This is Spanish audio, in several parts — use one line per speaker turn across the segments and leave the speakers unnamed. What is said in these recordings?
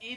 ¿Y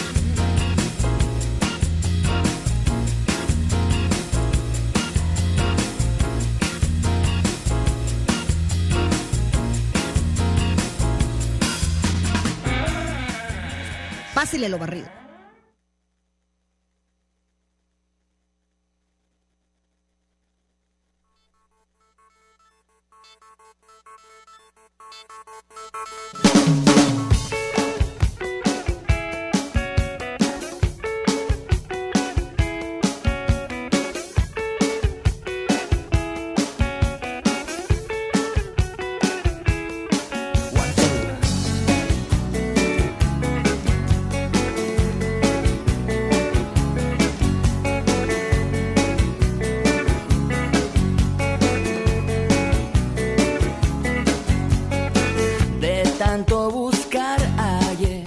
Pásele lo barrido.
De tanto buscar ayer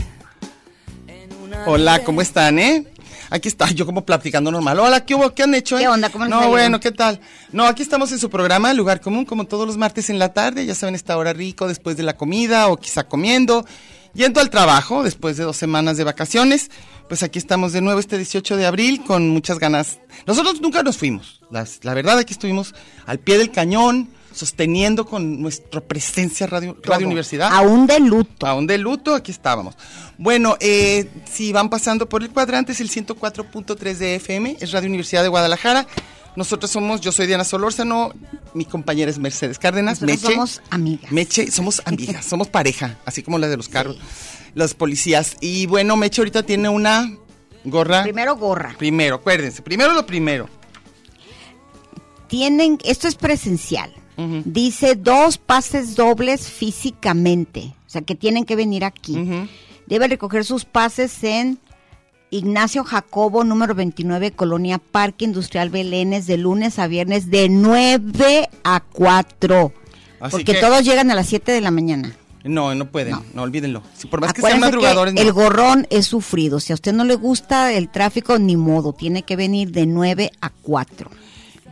en una
Hola, ¿cómo están, eh? Aquí está, yo como platicando normal. Hola, ¿qué hubo? ¿Qué han hecho? eh?
¿Qué onda? ¿Cómo les ha
No,
ido?
bueno, ¿qué tal? No, aquí estamos en su programa, Lugar Común, como todos los martes en la tarde. Ya saben, esta hora rico, después de la comida o quizá comiendo, yendo al trabajo, después de dos semanas de vacaciones. Pues aquí estamos de nuevo este 18 de abril con muchas ganas. Nosotros nunca nos fuimos. Las- la verdad, aquí estuvimos al pie del cañón, sosteniendo con nuestra presencia Radio, radio Universidad.
Aún de luto.
Aún de luto, aquí estábamos. Bueno, eh, si van pasando por el cuadrante, es el 104.3 de FM, es Radio Universidad de Guadalajara. Nosotros somos, yo soy Diana Solórzano, mi compañera es Mercedes Cárdenas.
Nosotros
Meche,
somos amigas.
Meche, somos amigas, somos pareja, así como la de los carros, los policías. Y bueno, Meche ahorita tiene una gorra.
Primero gorra.
Primero, acuérdense, primero lo primero.
Tienen, esto es presencial. Dice dos pases dobles físicamente. O sea, que tienen que venir aquí.
Ujú.
Debe recoger sus pases en Ignacio Jacobo, número 29, Colonia Parque Industrial Belénes, de lunes a viernes, de 9 a 4.
Así
porque
que-
todos llegan a las 7 de la mañana.
No, no pueden,
No.
no, olvídenlo. Si por más que sean
Acuérdense
madrugadores,
que
no.
el gorrón es sufrido. Si a usted no le gusta el tráfico, ni modo. Tiene que venir de 9 a 4.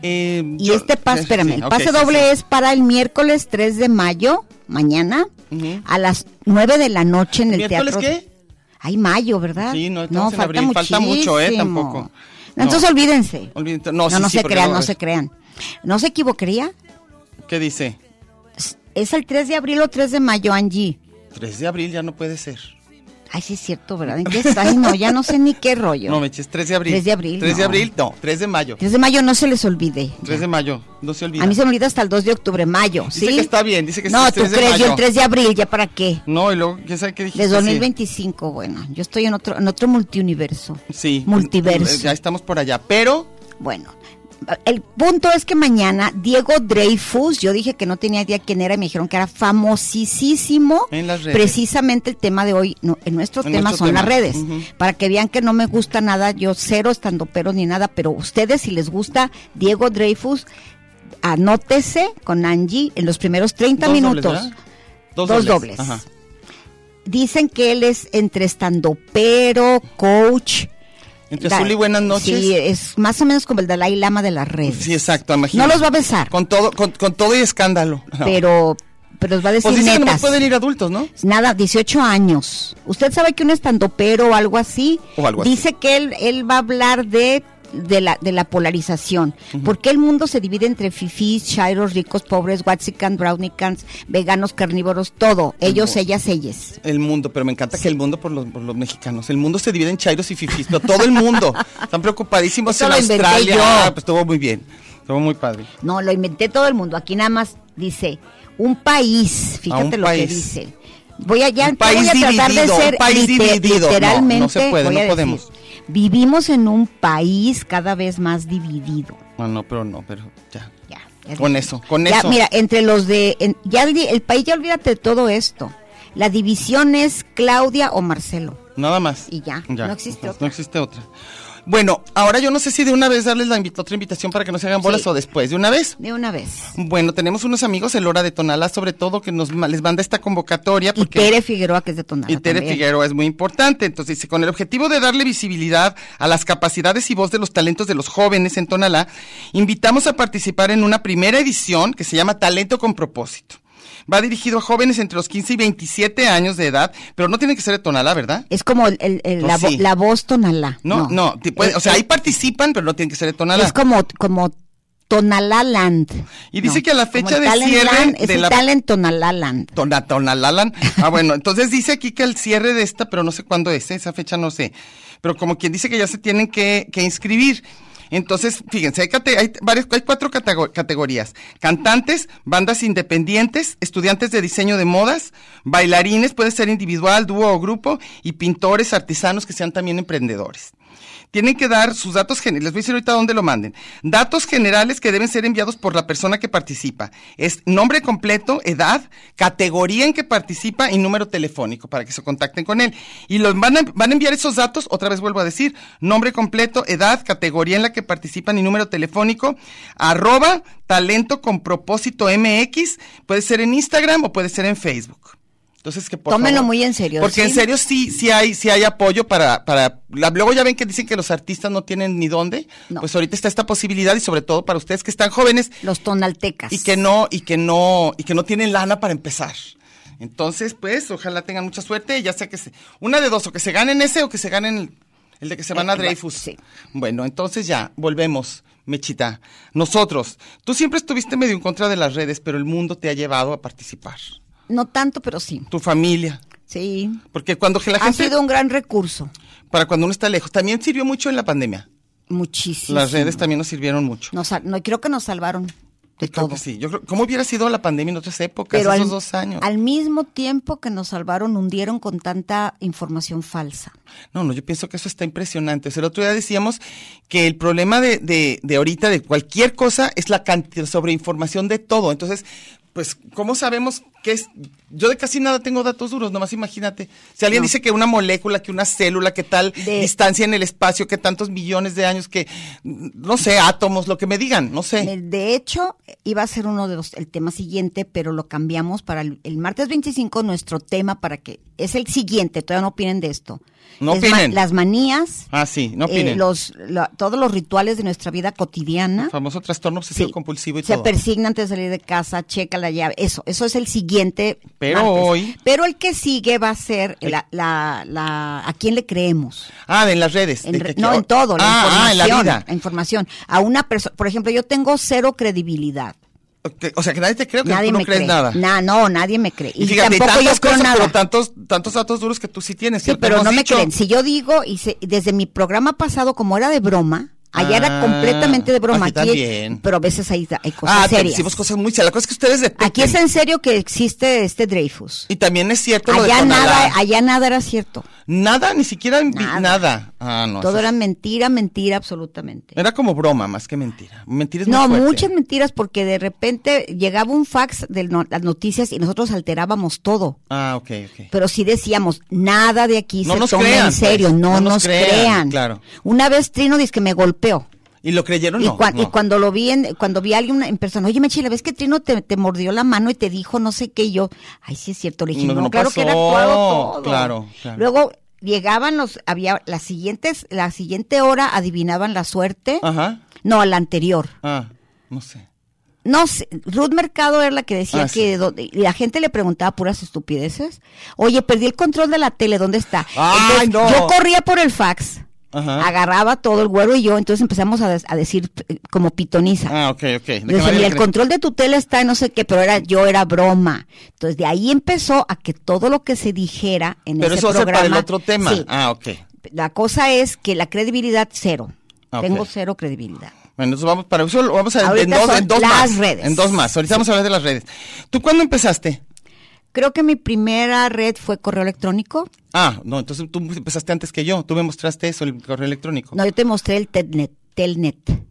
Eh,
Y
yo-
este pase,
sí,
espérame, el
ok,
pase
sí,
doble
sí.
es para el miércoles 3 de mayo, mañana,
Ujú.
a las 9 de la noche en el
¿Miércoles
teatro.
qué?
Ay, mayo, ¿verdad?
Sí, no, estamos en abril, falta mucho, ¿eh?
muchísimo.
Tampoco.
No, entonces
No.
olvídense.
Olvídense.
No,
No, sí,
no
sí,
se
porque
crean,
no,
no
a
se
ver.
crean. No se equivocaría.
¿Qué dice?
Es el 3 de abril o 3 de mayo, Angie.
3 de abril ya no puede ser.
Ay, sí es cierto, ¿verdad? ¿En qué está? Ay, no, ya no sé ni qué rollo.
No, me eches 3 de abril.
3 de abril,
3
no.
de abril, no, 3 de mayo.
3 de mayo no se les olvide.
3 de mayo, no se olvide.
A mí se me olvida hasta el 2 de octubre, mayo, ¿sí?
Dice que está bien, dice que
No,
es
tú
3 de
crees, yo el
mayo.
3 de abril, ¿ya para qué?
No, y luego, ¿qué sabe qué dijiste?
De 2025, bueno, yo estoy en otro, en otro multiuniverso.
Sí. Sí.
Multiverso.
Eh, Ya estamos por allá, pero
Bueno, el punto es que mañana Diego Dreyfus, yo dije que no tenía idea quién era y me dijeron que era famosísimo.
En las redes.
Precisamente el tema de hoy, no, en nuestro
En
tema
nuestro
son las
tema.
redes.
Ujú.
Para que vean que no me gusta nada, yo cero estando pero ni nada, pero ustedes si les gusta Diego Dreyfus, anótese con Angie en los primeros 30
dos
minutos.
dobles, ¿verdad? Dos,
Dos dobles.
dobles. Ajá.
Dicen que él es entre estandopero, coach.
Entre
da-
azul y buenas noches.
Sí, es más o menos como el Dalai Lama de las redes.
Sí, exacto, imagínate.
No los va a besar.
Con todo con, con todo y escándalo. Ajá.
Pero, pero les va a decir
pues dice que no
netas.
pueden ir adultos, ¿no?
Nada, 18 años. Usted sabe que un estandopero o algo así
O algo así.
dice que él, él va a hablar de, de, la, de la polarización. ¿Por qué el mundo se divide entre fifís, chairos, ricos, pobres, watsicans, brownicans, veganos, carnívoros, todo? Ellos,
No.
ellas, ellas.
El mundo, pero me encanta que el mundo por los, por los mexicanos. El mundo se divide en chairos y fifis, pero todo el mundo. Están preocupadísimos
Eso
en
lo inventé
Australia.
yo.
Ah, pues estuvo muy bien. Estuvo muy padre.
No, lo inventé todo el mundo. Aquí nada más dice un país. Fíjate
un
lo
país.
que dice. Voy a, ya,
Un país
voy a tratar
dividido,
de
un
ser
país
lite-
dividido. No,
literalmente.
no se puede,
voy
no
a decir,
podemos.
Vivimos en un país cada vez más dividido.
Bueno, no, pero no, pero ya.
Ya. Ya
Con
dije.
eso, con
Ya,
eso.
mira, entre los de. en- ya el, di- el país, ya olvídate de todo esto. La división es Claudia o Marcelo.
Nada más.
Y ya, no existe
ajá,
otra.
No existe otra. Bueno, ahora yo no sé si de una vez darles la invit- otra invitación para que no se hagan bolas
Sí.
o después. ¿De una vez?
De una vez.
Bueno, tenemos unos amigos, el Hora de Tonalá, sobre todo, que nos ma- les manda esta convocatoria.
Y
Porque
Tere Figueroa, que es de Tonalá.
y Tere
también.
Figueroa es muy importante. Entonces dice, con el objetivo de darle visibilidad a las capacidades y voz de los talentos de los jóvenes en Tonalá, invitamos a participar en una primera edición que se llama Talento con propósito. Va dirigido a jóvenes entre los 15 y 27 años de edad, pero no tiene que ser de Tonalá, ¿verdad?
Es como el- el- el-
No,
la, vo-
sí.
la voz Tonalá.
No, no, te puede- o sea,
Eh,
ahí participan, pero no tienen que ser de Tonalá.
Es como, como Tonalá Land.
Y dice que a la fecha
como el
de
Talent
cierre
Land,
de
es un
la-
Talent Tonalá Land.
Tona, tonalalan. Ah, bueno, entonces dice aquí que el cierre de esta, pero no sé cuándo es, ¿eh? esa fecha no sé. Pero como quien dice que ya se tienen que, que inscribir. Entonces, fíjense, hay, cate- hay varias, hay cuatro catago- categorías. Cantantes, bandas independientes, estudiantes de diseño de modas, bailarines, puede ser individual, dúo o grupo, y pintores, artesanos que sean también emprendedores. Tienen que dar sus datos generales. Les voy a decir ahorita dónde lo manden. Datos generales que deben ser enviados por la persona que participa. Es nombre completo, edad, categoría en que participa y número telefónico para que se contacten con él. Y los van a, van a enviar esos datos, otra vez vuelvo a decir, nombre completo, edad, categoría en la que participan y número telefónico, arroba talento con propósito MX. Puede ser en Instagram o puede ser en Facebook. Entonces que por
Tómenlo
favor-
muy en serio,
Porque en
¿sí?
serio ellos sí, sí hay, sí hay apoyo para, para, la- luego ya ven que dicen que los artistas no tienen ni dónde,
No.
pues ahorita está esta posibilidad y sobre todo para ustedes que están jóvenes
Los Tonaltecas.
y que no, y que no, y que no tienen lana para empezar. Entonces, pues, ojalá tengan mucha suerte, ya sea que se, una de dos, o que se ganen ese o que se ganen el, el de que se van a
Eh, bueno,
Dreyfus.
sí.
Bueno, entonces ya, volvemos, Mechita. Nosotros, tú siempre estuviste medio en contra de las redes, pero el mundo te ha llevado a participar.
No tanto, pero sí.
Tu familia.
Sí.
Porque cuando la gente
Ha sido un gran recurso.
para cuando uno está lejos. También sirvió mucho en la pandemia.
Muchísimo.
Las redes también nos sirvieron mucho.
Nos sal- no, creo que nos salvaron de
Yo creo
todo.
que sí. Yo creo, ¿Cómo hubiera sido la pandemia en otras épocas,
Pero
esos
al,
dos años?
al mismo tiempo que nos salvaron, hundieron con tanta información falsa.
No, no, yo pienso que eso está impresionante. O sea, el otro día decíamos que el problema de, de, de ahorita, de cualquier cosa, es la cantidad, sobreinformación de todo. Entonces, pues, ¿cómo sabemos qué es? Yo de casi nada tengo datos duros, nomás imagínate. Si alguien
No.
dice que una molécula, que una célula, que tal
De-
distancia en el espacio, que tantos millones de años, que, mm, no sé, átomos, lo que me digan, no sé.
Me- Eh, De hecho, iba a ser uno de los, el tema siguiente, pero lo cambiamos para el, el martes 25, nuestro tema para que, es el siguiente, todavía no opinen de esto.
No
Es ma-
opinen.
las manías.
Ah, sí, no
eh,
opinen.
los, la- todos los rituales de nuestra vida cotidiana.
famoso trastorno obsesivo compulsivo y
se
todo.
persigna antes de salir de casa, checa la llave, eso, eso es el siguiente.
Pero
martes.
hoy-
Pero el que sigue va a ser la, la, la, a quién le creemos.
Ah, de en las redes.
En
de
re-
que-
no, en todo, la
ah, ah,
información.
en la vida.
información. A una persona, por ejemplo, yo tengo cero credibilidad.
Ok, O sea, que nadie te cree que
nadie
tú no
me
crees
cree.
nada.
Na- no, nadie me cree. Y,
Y fíjate,
tampoco yo
tantas
creo
cosas,
nada.
pero tantos, tantos datos duros que tú sí tienes.
Sí,
que te
pero
hemos
no me
dicho.
creen. Si yo digo, y se- desde mi programa pasado, como era de broma, allá
Ah,
era completamente de broma.
aquí también.
pero a veces hay, hay cosas
Ah, te
serias.
decimos cosas muy serias. La cosa es que ustedes detecten.
Aquí es en serio que existe este Dreyfus.
Y también es cierto lo de
Allá
Tonalá.
nada, allá nada era cierto.
Nada, ni siquiera en vi-
Nada.
nada. Ah, no.
Todo
eso-
era mentira, mentira, absolutamente.
era como broma más que mentira. Mentira es muy
No,
fuerte.
muchas mentiras porque de repente llegaba un fax de no- las noticias y nosotros alterábamos todo.
Ah, ok, ok.
Pero sí decíamos, nada de aquí
No
se
nos
toma
crean,
en serio,
pues.
no, nos, crean.
claro.
Una vez Trino dice que me golpeó.
¿Y lo creyeron?
Y,
no,
cuan-
no.
y cuando lo vi en, cuando vi a alguien en persona, oye Meche, la vez que Trino te, te mordió la mano y te dijo no sé qué, y yo, ay sí es cierto, le dije,
No,
no,
no
claro que era
pasó,
actuado todo.
claro, claro.
Luego llegaban los, había las siguientes, la siguiente hora adivinaban la suerte,
Ajá.
no, la anterior.
Ah, no sé.
No sé, Ruth Mercado era la que decía
Ah,
que
sí.
donde- y la gente le preguntaba puras estupideces. Oye, perdí el control de la tele, ¿dónde está?
Ay, no.
Yo corría por el fax,
Ajá.
agarraba todo el güero y yo, entonces empezamos a, des- a decir eh, como pitoniza.
Ah, ok, ok. De
Decía,
que nadie
mira,
le
el
cree.
control de tu tele está en no sé qué, pero era yo era broma. Entonces de ahí empezó a que todo lo que se dijera en
Pero
ese
eso va a ser
programa.
para el otro tema.
Sí.
Ah, ok.
La cosa es que la credibilidad cero.
Ah, ok.
Tengo cero credibilidad.
Bueno, entonces vamos para eso, lo vamos a en
Ahorita
dos,
son
en dos
las
más.
redes.
En dos más. Ahorita vamos a hablar de las redes. ¿Tú cuándo empezaste?
Creo que mi primera red fue correo electrónico.
Ah, no, entonces tú empezaste antes que yo. Tú me mostraste eso, el correo electrónico.
No, yo te mostré el Telnet. telnet.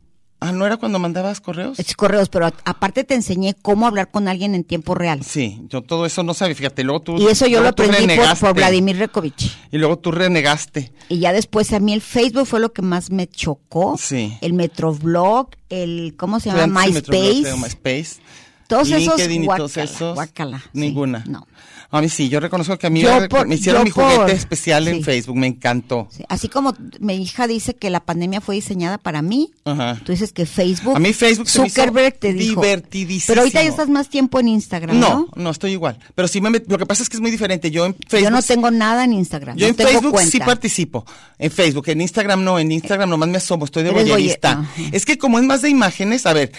Ah, ¿no era cuando mandabas correos?
Es correos, pero a- aparte te enseñé cómo hablar con alguien en tiempo real.
Sí, yo todo eso no sabía, fíjate, luego tú...
Y eso yo
luego
lo
tú
aprendí por,
renegaste.
por Vladimir Rekovich.
Y luego tú renegaste.
Y ya después a mí el Facebook fue lo que más me chocó.
Sí.
El Metroblog, el, ¿cómo se llama?
Antes de Metrobloc,
MySpace.
creo, MySpace.
Todos
LinkedIn
esos,
y
guácala,
todos esos.
guácala, sí,
Ninguna.
no.
A mí sí, yo reconozco que a mí
Yo
me-
por-
me hicieron
yo
mi juguete
por-
especial en
sí.
Facebook, me encantó.
Sí, Así como mi hija dice que la pandemia fue diseñada para mí,
Ajá.
tú dices que Facebook.
A mí Facebook se me hizo
Zuckerberg te dijo.
divertidísimo.
Pero ahorita ya estás más tiempo en Instagram, ¿no?
No, no estoy igual. Pero sí me met- lo que pasa es que es muy diferente. Yo en Facebook
Yo no tengo nada en Instagram.
Yo
no
en
tengo
Facebook
cuenta.
sí participo. En Facebook, en Instagram no, en Instagram nomás me asomo, estoy de
Eres voye-
boyerista.
Ajá.
Es que como es más de imágenes, a ver,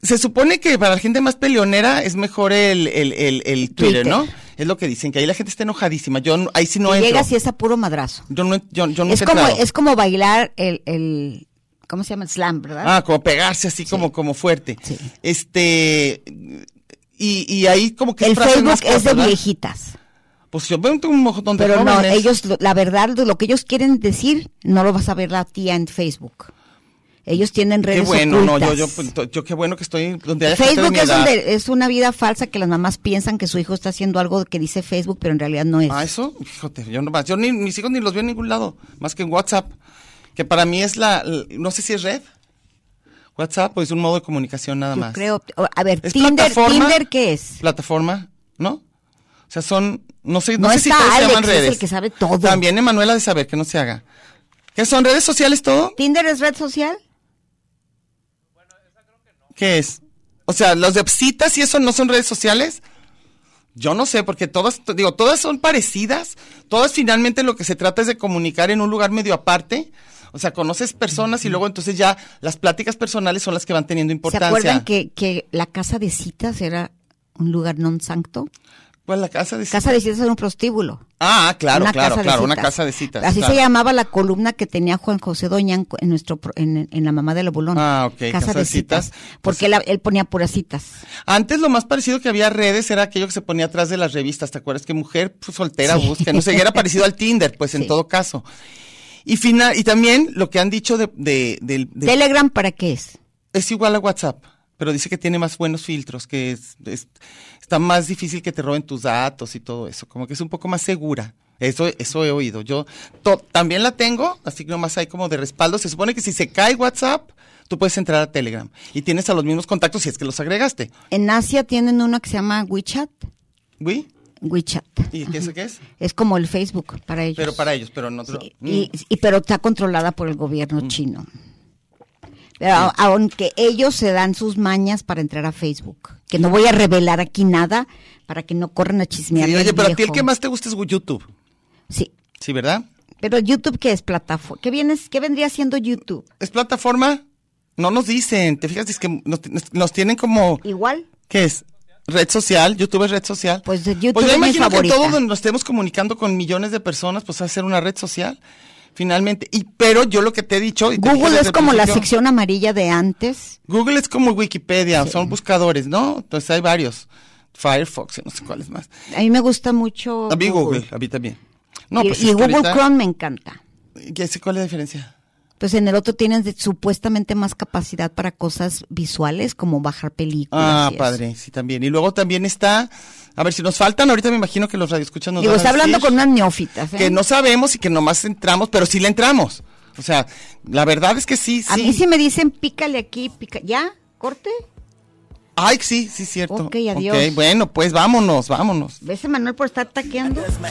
se supone que para la gente más peleonera es mejor el, el, el, el Twitter,
Twitter.
¿no? Es lo que dicen, que ahí la gente está enojadísima. Yo no- ahí sí no
Y
entro.
llegas y es a puro madrazo.
Yo no, yo, yo no
es
he
como
entrado.
es como bailar el, el ¿cómo se llama? El slam, ¿verdad?
Ah, como pegarse así como, como fuerte.
Sí.
Este, y, y ahí como que
el
frases
Facebook
más
es de
cortas, ¿verdad?
viejitas.
Pues yo veo un montón de
Pero no,
jóvenes.
ellos, lo- la verdad, lo que ellos quieren decir, no lo vas a ver la tía en Facebook. Ellos tienen
Qué
redes
bueno, no,
ocultas.
yo, yo, yo, qué bueno que estoy donde haya gente de
Facebook
mi
es,
edad.
donde es una vida falsa que las mamás piensan que su hijo está haciendo algo que dice Facebook, pero en realidad no es.
Ah, eso, fíjate, yo nomás, yo ni, mis hijos ni los veo en ningún lado, más que en WhatsApp, que para mí es la, l- no sé si es red, WhatsApp, pues es un modo de comunicación nada
Yo
más.
creo, o- a ver,
¿Es
Tinder,
plataforma?
Tinder, ¿qué es?
Plataforma, ¿no? O sea, son, no sé, no,
No
sé si
está
todos se
Alex,
llaman
es el
redes.
que sabe todo.
También Emanuela de saber, que no se haga. ¿Qué son redes sociales todo?
¿Tinder es red social?
¿Qué es? O sea, los de citas y eso no son redes sociales. Yo no sé, porque todas, t- digo, todas son parecidas. Todas finalmente lo que se trata es de comunicar en un lugar medio aparte. O sea, conoces personas y luego entonces ya las pláticas personales son las que van teniendo
¿Se
importancia.
acuerdan que, que la casa de citas era un lugar non sancto?
Pues la casa de citas.
Casa de citas era un prostíbulo.
Ah, claro,
una
claro,
casa de
claro, una
citas.
casa de citas.
Así
claro.
se llamaba la columna que tenía Juan José Doñán cu- en nuestro pro- en, en la mamá de la Bolón.
Ah, ok,
Casa, de, citas. Porque
Pues
él, él ponía puras citas.
Antes lo más parecido que había redes era aquello que se ponía atrás de las revistas. ¿Te acuerdas que mujer pues, soltera
Sí.
busca? No sé, era parecido al Tinder, pues en
Sí.
todo caso. Y final, y también lo que han dicho de, de- del- de-
Telegram para qué es?
es igual a WhatsApp, pero dice que tiene más buenos filtros, que es, es- está más difícil que te roben tus datos y todo eso, como que es un poco más segura. Eso, eso he oído. Yo to- también la tengo, así que nomás hay como de respaldo. Se supone que si se cae WhatsApp, tú puedes entrar a Telegram y tienes a los mismos contactos si es que los agregaste.
En Asia tienen uno que se llama WeChat.
¿Oui?
WeChat.
¿Y qué es? qué es?
Es como el Facebook para ellos.
Pero para ellos, pero mm. no otro-
Sí, y, y- pero está controlada por el gobierno chino. Pero a- aunque ellos se dan sus mañas para entrar a Facebook, que no voy a revelar aquí nada para que no corran a
Sí,
chismear.
oye,
del
pero a ti el
viejo.
que más te gusta es YouTube.
Sí,
Sí, ¿verdad?
pero YouTube qué es plataforma? ¿Qué vienes? ¿Qué vendría siendo YouTube?
¿Es plataforma? No nos dicen. ¿Te fijas? Es que nos, nos- nos tienen como...
Igual.
¿Qué es? Red social, YouTube es red social.
Pues, de YouTube
Pues yo
es mi
imagino que
favorita.
todos nos estemos comunicando con millones de personas, pues hacer una red social, finalmente. Y pero yo lo que te he dicho. y te dije
Google
desde
es
el
como la
principio,
sección amarilla de antes.
Google es como Wikipedia, son buscadores, ¿no? Entonces hay varios. Firefox, y no sé cuáles más.
A mí me gusta mucho.
A mí Google, a mí también. No,
y
pues
y
es que
Google
ahorita-
Chrome me encanta.
¿Qué es- ¿Cuál es la diferencia?
Pues en el otro tienes de- supuestamente más capacidad para cosas visuales, como bajar películas.
Ah,
y eso.
padre, sí, también. Y luego también está, a ver, si nos faltan, ahorita me imagino que los radioescuchas nos
Digo,
van a
está hablando
decir
con unas neófitas. ¿eh?
que no sabemos y que nomás entramos, pero sí le entramos. O sea, la verdad es que sí, sí.
A mí sí me dicen pícale aquí, pica. ¿Ya? ¿Corte?
Ay, sí, sí, cierto.
Ok, adiós.
Ok, bueno, pues vámonos, vámonos.
¿Ves a Manuel por estar taqueando?
Does my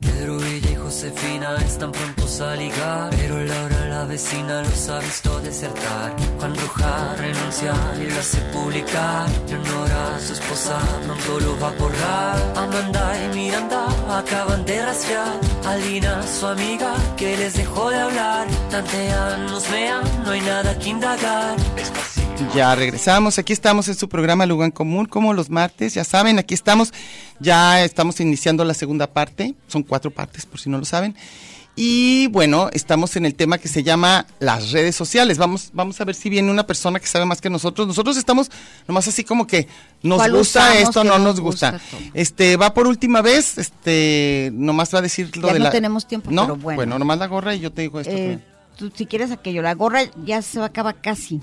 Pedro, ella y Josefina están prontos a ligar Pero Laura, la vecina, los ha visto desertar Juan Rojas renuncia y lo hace publicar Leonora, su esposa, pronto lo va a borrar Amanda y Miranda acaban de rastrear Alina, su amiga, que les dejó de hablar Tantean, nos vean, no hay nada que indagar
Ya regresamos, aquí estamos en su programa Lugar Común, como los martes, ya saben, aquí estamos, ya estamos iniciando la segunda parte, son cuatro partes por si no lo saben. Y bueno, estamos en el tema que se llama las redes sociales. Vamos, vamos a ver si viene una persona que sabe más que nosotros. Nosotros estamos nomás así como que nos
¿Cuál
gusta
usamos,
esto,
qué
no
nos
nos gusta.
gusta, todo?
Este va por última vez, este nomás va a decir lo
Ya
de
no
la-
tenemos tiempo,
¿No?
pero bueno.
nomás la gorra y yo te digo esto.
Eh,
también.
tú, si quieres aquello, la gorra ya se acaba casi.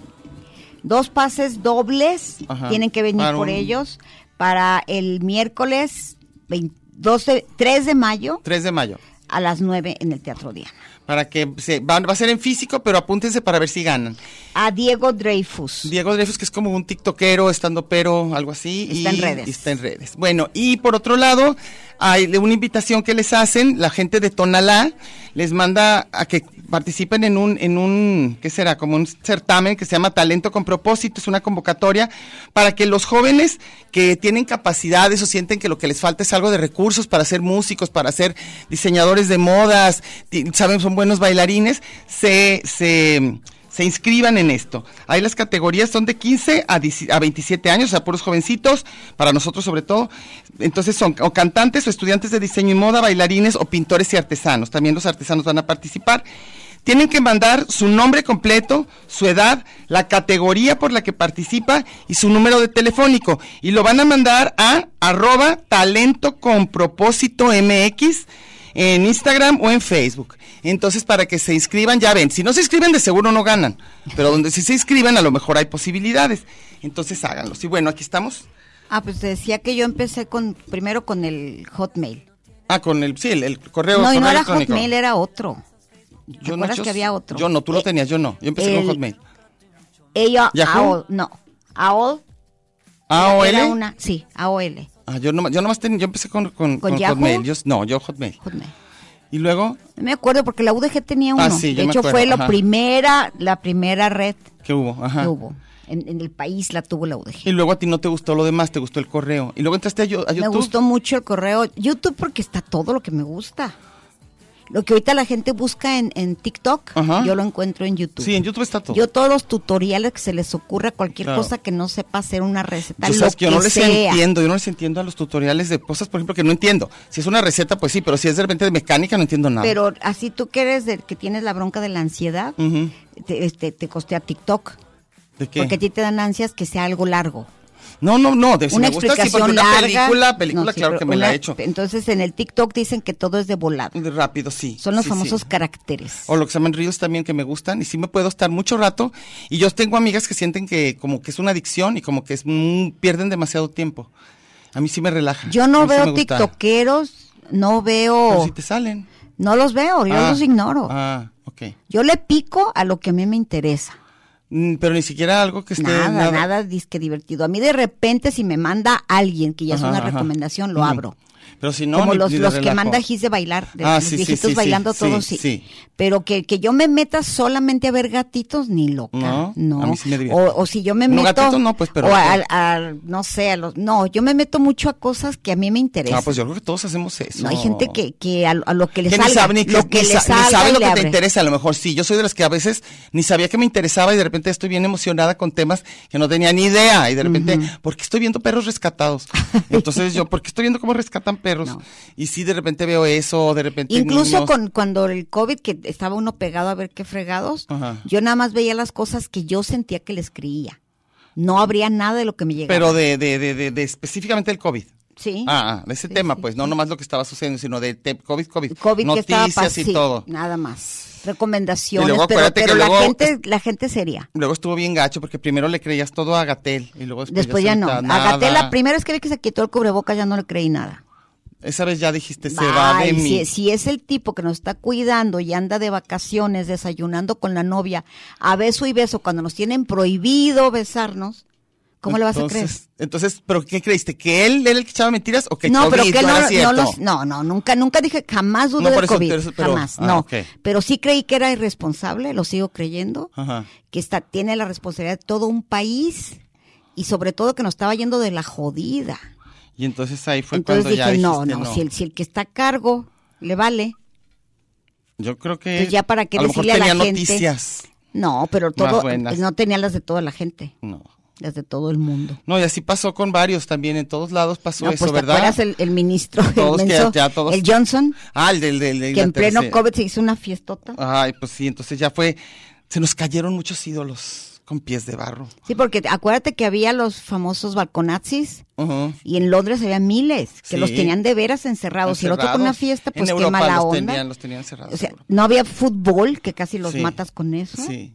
Dos pases dobles
Ajá.
tienen que venir
Para
por
un-
ellos para el miércoles 20 12 3 de mayo
3 de mayo.
a las 9 en el Teatro Diana.
Para que se, va, va a ser en físico, pero apúntense para ver si ganan.
A Diego Dreyfus.
Diego Dreyfus, que es como un tiktokero, estando pero, algo así.
Está
y-
en redes.
y está en redes. Bueno, y por otro lado, hay de una invitación que les hacen, la gente de Tonalá les manda a que participen en un, en un, ¿qué será? Como un certamen que se llama Talento con Propósito, es una convocatoria para que los jóvenes que tienen capacidades o sienten que lo que les falta es algo de recursos para ser músicos, para ser diseñadores de modas, ti- saben, son buenos bailarines, se, se, se inscriban en esto. Ahí las categorías son de 15 a, 10 a 27 años, o sea, puros jovencitos, para nosotros sobre todo. Entonces son o cantantes o estudiantes de diseño y moda, bailarines o pintores y artesanos. También los artesanos van a participar. Tienen que mandar su nombre completo, su edad, la categoría por la que participa y su número de telefónico. Y lo van a mandar a arroba talento con propósito MX en Instagram o en Facebook. Entonces, para que se inscriban, ya ven, si no se inscriben, de seguro no ganan, pero donde si se inscriben, a lo mejor hay posibilidades. Entonces, háganlos. Y bueno, aquí estamos.
Ah, pues te decía que yo empecé con primero con el Hotmail.
Ah, con el, sí, el, el correo.
No, y
correo
no era
electrónico.
Hotmail, era otro. ¿Te
Yo no,
acuerdas
yo
que
sí-
había otro?
Yo no, tú lo
Eh,
tenías, yo no. Yo empecé
el-
con Hotmail.
Ella,
¿Yahoo?
AOL, no. AOL.
AOL.
Era una, sí, AOL.
Ah, yo nomás, yo nomás tenía, yo empecé con, con,
¿Con
con
Yahoo?
Hotmail. Yo, no, yo Hotmail.
Hotmail.
Y luego
No me acuerdo porque la UDG tenía uno.
Ah, sí, yo
de
me
hecho,
acuerdo,
fue la
ajá.
primera, la primera red
¿qué hubo? Ajá.
que hubo. En, en el país la tuvo la UDG.
Y luego a ti no te gustó lo demás, te gustó el correo. Y luego entraste a, yo- a
Me
YouTube.
gustó mucho el correo YouTube porque está todo lo que me gusta. Lo que ahorita la gente busca en, en TikTok,
Ajá.
yo lo encuentro en YouTube.
Sí, en YouTube está todo.
Yo todos los tutoriales que se les ocurra, cualquier
Claro.
cosa que no sepa hacer una receta,
Yo
lo
sabes que yo no
que
les
sea.
entiendo, yo no les entiendo a los tutoriales de cosas, por ejemplo, que no entiendo. Si es una receta, pues sí, pero si es de repente de mecánica, no entiendo nada.
Pero así tú que eres del que tienes la bronca de la ansiedad,
Ujú.
te, este, te costea TikTok.
¿De qué?
Porque a ti te dan ansias que sea algo largo.
No, no, no, de si
una
me gusta, sí,
explicación
porque una
larga.
película, película,
No, sí,
claro
pero
que me la
una-
he hecho.
Entonces en el TikTok dicen que todo es de volada.
De Rápido, sí.
Son los
sí, sí.
famosos caracteres.
O los que se llaman reels también que me gustan y sí me puedo estar mucho rato. Y yo tengo amigas que sienten que como que es una adicción y como que es, mm, pierden demasiado tiempo. A mí sí me relaja.
Yo
a
no
mí sí me
veo
gusta.
tiktokeros, no
Pero
veo,
si te salen.
no los veo, yo
Ah,
los ignoro.
Ah, ok.
Yo le pico a lo que a mí me interesa.
Mm, Pero ni siquiera algo que esté
nada, nada, disque divertido. A mí de repente si me manda alguien que ya es
Ajá,
una
ajá.
recomendación, lo
Ujú.
abro.
Pero si no,
como
ni-
los,
ni de
los que
relajo.
manda Gis de bailar, de
Ah,
los
sí, sí,
viejitos
sí,
bailando
sí,
todos,
sí,
sí,
sí.
Pero que, que yo me meta solamente a ver gatitos, ni loca,
No,
no.
a mí sí me divierte.
o, o si yo me
No,
meto,
gatitos no, pues, pero-
o al, al- no sé, a los, no, yo me meto mucho a cosas que a mí me interesan.
Ah, pues yo creo que todos hacemos eso.
no, hay gente que, que a, a lo que les
Que
salga,
ni sabe, ni,
lo
que,
que
ni
les
sa- ni
salga
sabe
y
lo
le
que te
abre.
interesa, a lo mejor sí. Yo soy de las que a veces ni sabía que me interesaba y de repente estoy bien emocionada con temas que no tenía ni idea. Y de repente, ¿por qué estoy viendo perros rescatados? Entonces yo, ¿por qué estoy viendo cómo rescatan perros?
No.
Y sí, de repente veo eso, de repente.
Incluso
niños.
con cuando el COVID que estaba uno pegado a ver qué fregados,
Ajá.
yo nada más veía las cosas que yo sentía que les creía. No habría nada de lo que me llegaba.
Pero de, de, de, de- de específicamente el COVID.
sí.
Ah, ah, de ese
Sí,
tema,
sí,
pues, no nomás lo que estaba sucediendo, sino de te- COVID, COVID,
COVID que estaba
noticias
pas-
y
sí,
todo.
Nada más. Recomendaciones,
Y luego
pero,
acuérdate que
pero la
luego-
gente la gente sería.
Luego estuvo bien gacho porque primero le creías todo a Gatel y luego después,
Después ya
pues, se
no.
ta-
A Gatel
nada.
la primera vez que vi que se quitó el cubrebocas ya no le creí nada.
Esa vez ya dijiste, se va
Ay,
de mí.
si, si es el tipo que nos está cuidando y anda de vacaciones, desayunando con la novia, a beso y beso, cuando nos tienen prohibido besarnos, ¿cómo le vas a creer?
Entonces- Entonces, ¿pero qué creíste? ¿Que él era el que echaba mentiras o que el
no,
COVID
pero que él
no
no,
era
no,
cierto?
los- no, no, nunca, nunca dije, jamás
No,
dudé
por
del
eso
COVID,
te refiero, pero-
jamás,
ah,
no.
ok.
Pero sí creí que era irresponsable, lo sigo creyendo,
Ajá.
que está, tiene la responsabilidad de todo un país y sobre todo que nos estaba yendo de la jodida.
Y entonces ahí fue
Entonces
cuando
dije,
ya
no,
dijiste,
no, Si, el, si el que está a cargo le vale,
Yo creo que
Entonces, Pues ya para qué
Eh, a lo mejor
decirle a la
tenía
gente.
noticias.
no, pero
Más
todo,
buenas.
no tenía las de toda la gente,
No.
las de todo el mundo.
No, y así pasó con varios también, en todos lados pasó
No, pues
eso,
te
¿verdad?
acuerdas el, el ministro,
Todos que
el, menso,
ya todos-
el Johnson,
Ah, el del... del, del
que en pleno
Inglaterra, sí.
COVID se hizo una fiestota.
Ay, pues sí, entonces ya fue... Se nos cayeron muchos ídolos con pies de barro.
Sí, porque acuérdate que había los famosos balconazis
Ujú.
y en Londres había miles que
Sí.
los tenían de veras encerrados. Y el otro con una
Encerrados.
fiesta, pues
en
qué
Europa
mala
los
onda.
Tenían, los tenían cerrados.
o sea,
seguro.
no había fútbol, que casi los
Sí.
matas con eso.
Sí.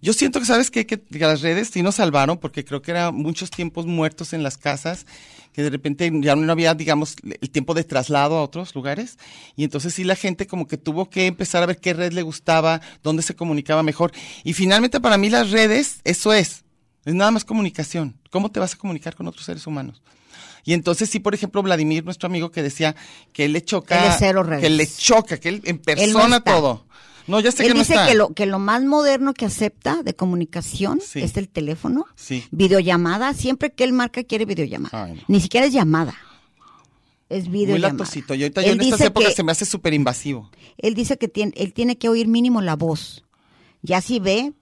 Yo siento que, ¿sabes qué? Que que las redes sí nos salvaron porque creo que eran muchos tiempos muertos en las casas, que de repente ya no había, digamos, el tiempo de traslado a otros lugares. Y entonces sí la gente como que tuvo que empezar a ver qué red le gustaba, dónde se comunicaba mejor. Y finalmente para mí las redes, eso es, es nada más comunicación. ¿Cómo te vas a comunicar con otros seres humanos? Y entonces sí, por ejemplo, Vladimir, nuestro amigo que decía que él le choca,
Él es cero redes.
que le choca, que él en persona
está.
todo. No, ya sé
Él
que no
dice
¿Este está.
que lo, que lo más moderno que acepta de comunicación
Sí.
es el teléfono,
Sí.
videollamada, siempre que él marca quiere videollamada.
Ay, no.
Ni siquiera es llamada. Es
Muy
videollamada.
latosito. Y ahorita yo
Él
en estas
dice
épocas
que-
se me hace súper invasivo.
Él dice que tiene, él tiene que oír mínimo la voz. Ya si ve.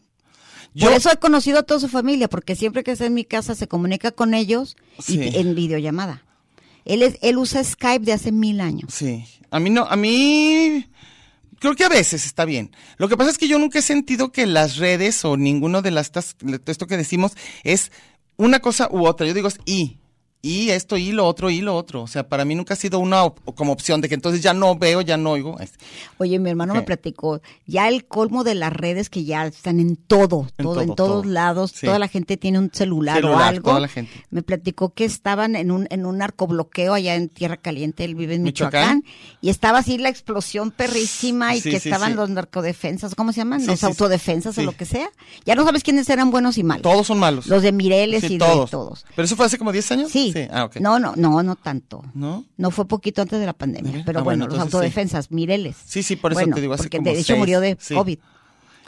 Yo-
Por eso he conocido a toda su familia, porque siempre que está en mi casa se comunica con ellos y-
Sí.
en videollamada. Él, es, él usa Skype de hace mil años.
Sí. A mí no, a mí creo que a veces está bien. Lo que pasa es que yo nunca he sentido que las redes o ninguno de las estas- de esto que decimos es una cosa u otra. Yo digo es y. Y esto, y lo otro, y lo otro. O sea, para mí nunca ha sido una op- como opción de que entonces ya no veo, ya no oigo. Es-
Oye, mi hermano me
Sí.
platicó, ya el colmo de las redes que ya están en todo,
En
todo,
todo,
en todos
todo.
lados,
Sí.
toda la gente tiene un celular, o
Celular,
algo.
toda la gente.
Me platicó que estaban en un, en un narcobloqueo allá en Tierra Caliente, él vive en
Michoacán.
Michoacán, y estaba así la explosión perrísima y
Sí,
que
sí,
estaban
sí.
los narcodefensas, ¿cómo se llaman?
Sí,
los
sí, sí.
autodefensas
Sí.
o lo que sea. Ya no sabes quiénes eran buenos y malos.
Todos son malos.
Los de Mireles
Sí,
y
todos.
de todos.
Pero eso fue hace como 10 años.
Sí.
Ah, ok.
No, no, no, no tanto.
¿No?
No fue poquito antes de la
Mira.
pandemia, pero
Ah,
bueno,
bueno,
los
entonces sí.
autodefensas, Mireles.
Sí, sí, por eso
Bueno,
te digo hace
porque
como
de hecho
seis.
murió de
Sí.
COVID.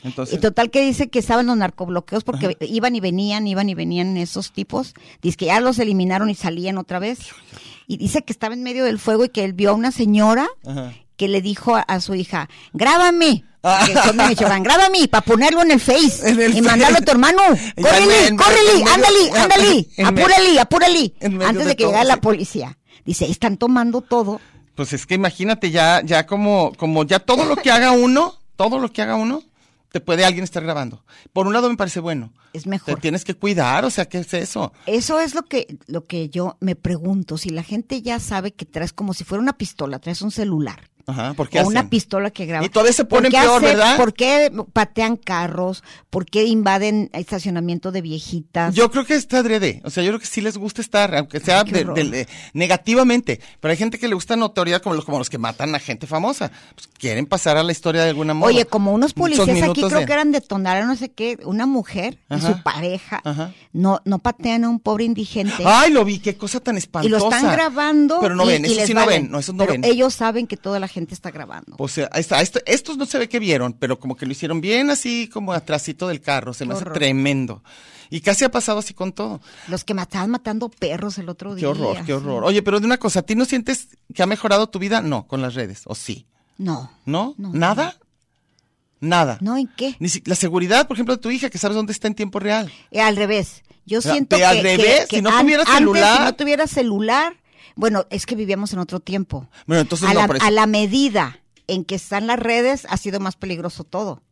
Entonces,
Y total que dice que estaban los narcobloqueos porque iban y venían, iban y venían esos tipos. Dice que ya los eliminaron y salían otra vez. Y dice que estaba en medio del fuego y que él vio a una señora
ajá.
que le dijo a, a su hija, grábame.
Ah.
Que son de Michoacán, grábame para ponerlo en el Face
En el
y mandarlo a
Face.
tu hermano.
Y ya en-
Córrele,
en- en
córrele,
medio-
ándale,
ah,
ándale,
en medio-
apúrale, apúrale.
en medio
Antes
de
de que
todo,
llegara
sí.
la policía. Dice, están tomando todo.
Pues es que imagínate ya, ya como, como ya todo lo que haga uno, todo lo que haga uno, te puede alguien estar grabando. Por un lado me parece bueno.
Es
Te
mejor.
tienes que cuidar, o sea, ¿qué es eso?
Eso es lo que, lo que yo me pregunto. Si la gente ya sabe que traes como si fuera una pistola, traes un celular.
Ajá, ¿por qué
o una
hacen?
pistola que graba.
Y todavía se
¿Por
ponen
qué
peor, ¿verdad?
¿Por qué patean carros? ¿Por qué invaden estacionamiento de viejitas?
Yo creo que está adrede. O sea, yo creo que sí les gusta estar, aunque sea
qué
de-
horror.
del- eh, negativamente. Pero hay gente que le gusta notoriedad, como los, como los que matan a gente famosa. Pues quieren pasar a la historia de alguna manera.
Oye, como unos policías aquí creo que eran de Tonara, no sé qué, una mujer y
Ajá.
su pareja,
Ajá.
no no patean a un pobre indigente.
Ay, lo vi, qué cosa tan espantosa.
y lo están grabando.
Pero no
y-
ven,
y
esos
les
sí no
valen.
ven, no, esos no
Pero
ven.
Ellos saben que toda la gente está grabando.
O sea, ahí está, esto- estos no se ve que vieron, pero como que lo hicieron bien así, como atrasito del carro. Se me
Qué
hace
horror.
tremendo. Y casi ha pasado así con todo.
Los que me estaban matando perros el otro
Qué
día.
horror,
sí.
qué horror. Oye, pero de una cosa, ¿a ti no sientes que ha mejorado tu vida? No, con las redes, o sí.
No.
¿No?
No.
¿Nada? Nada.
¿No en qué?
Ni si- la seguridad, por ejemplo, de tu hija, que sabes dónde está en tiempo real.
Eh, al revés. Yo
Pero,
siento que.
pero al
que-
revés,
que
si no
an-
tuviera
antes,
celular.
si no tuviera celular. Bueno, es que vivíamos en otro tiempo.
Bueno, entonces
a,
no,
la,
pero es-
a la medida en que están las redes, ha sido más peligroso todo.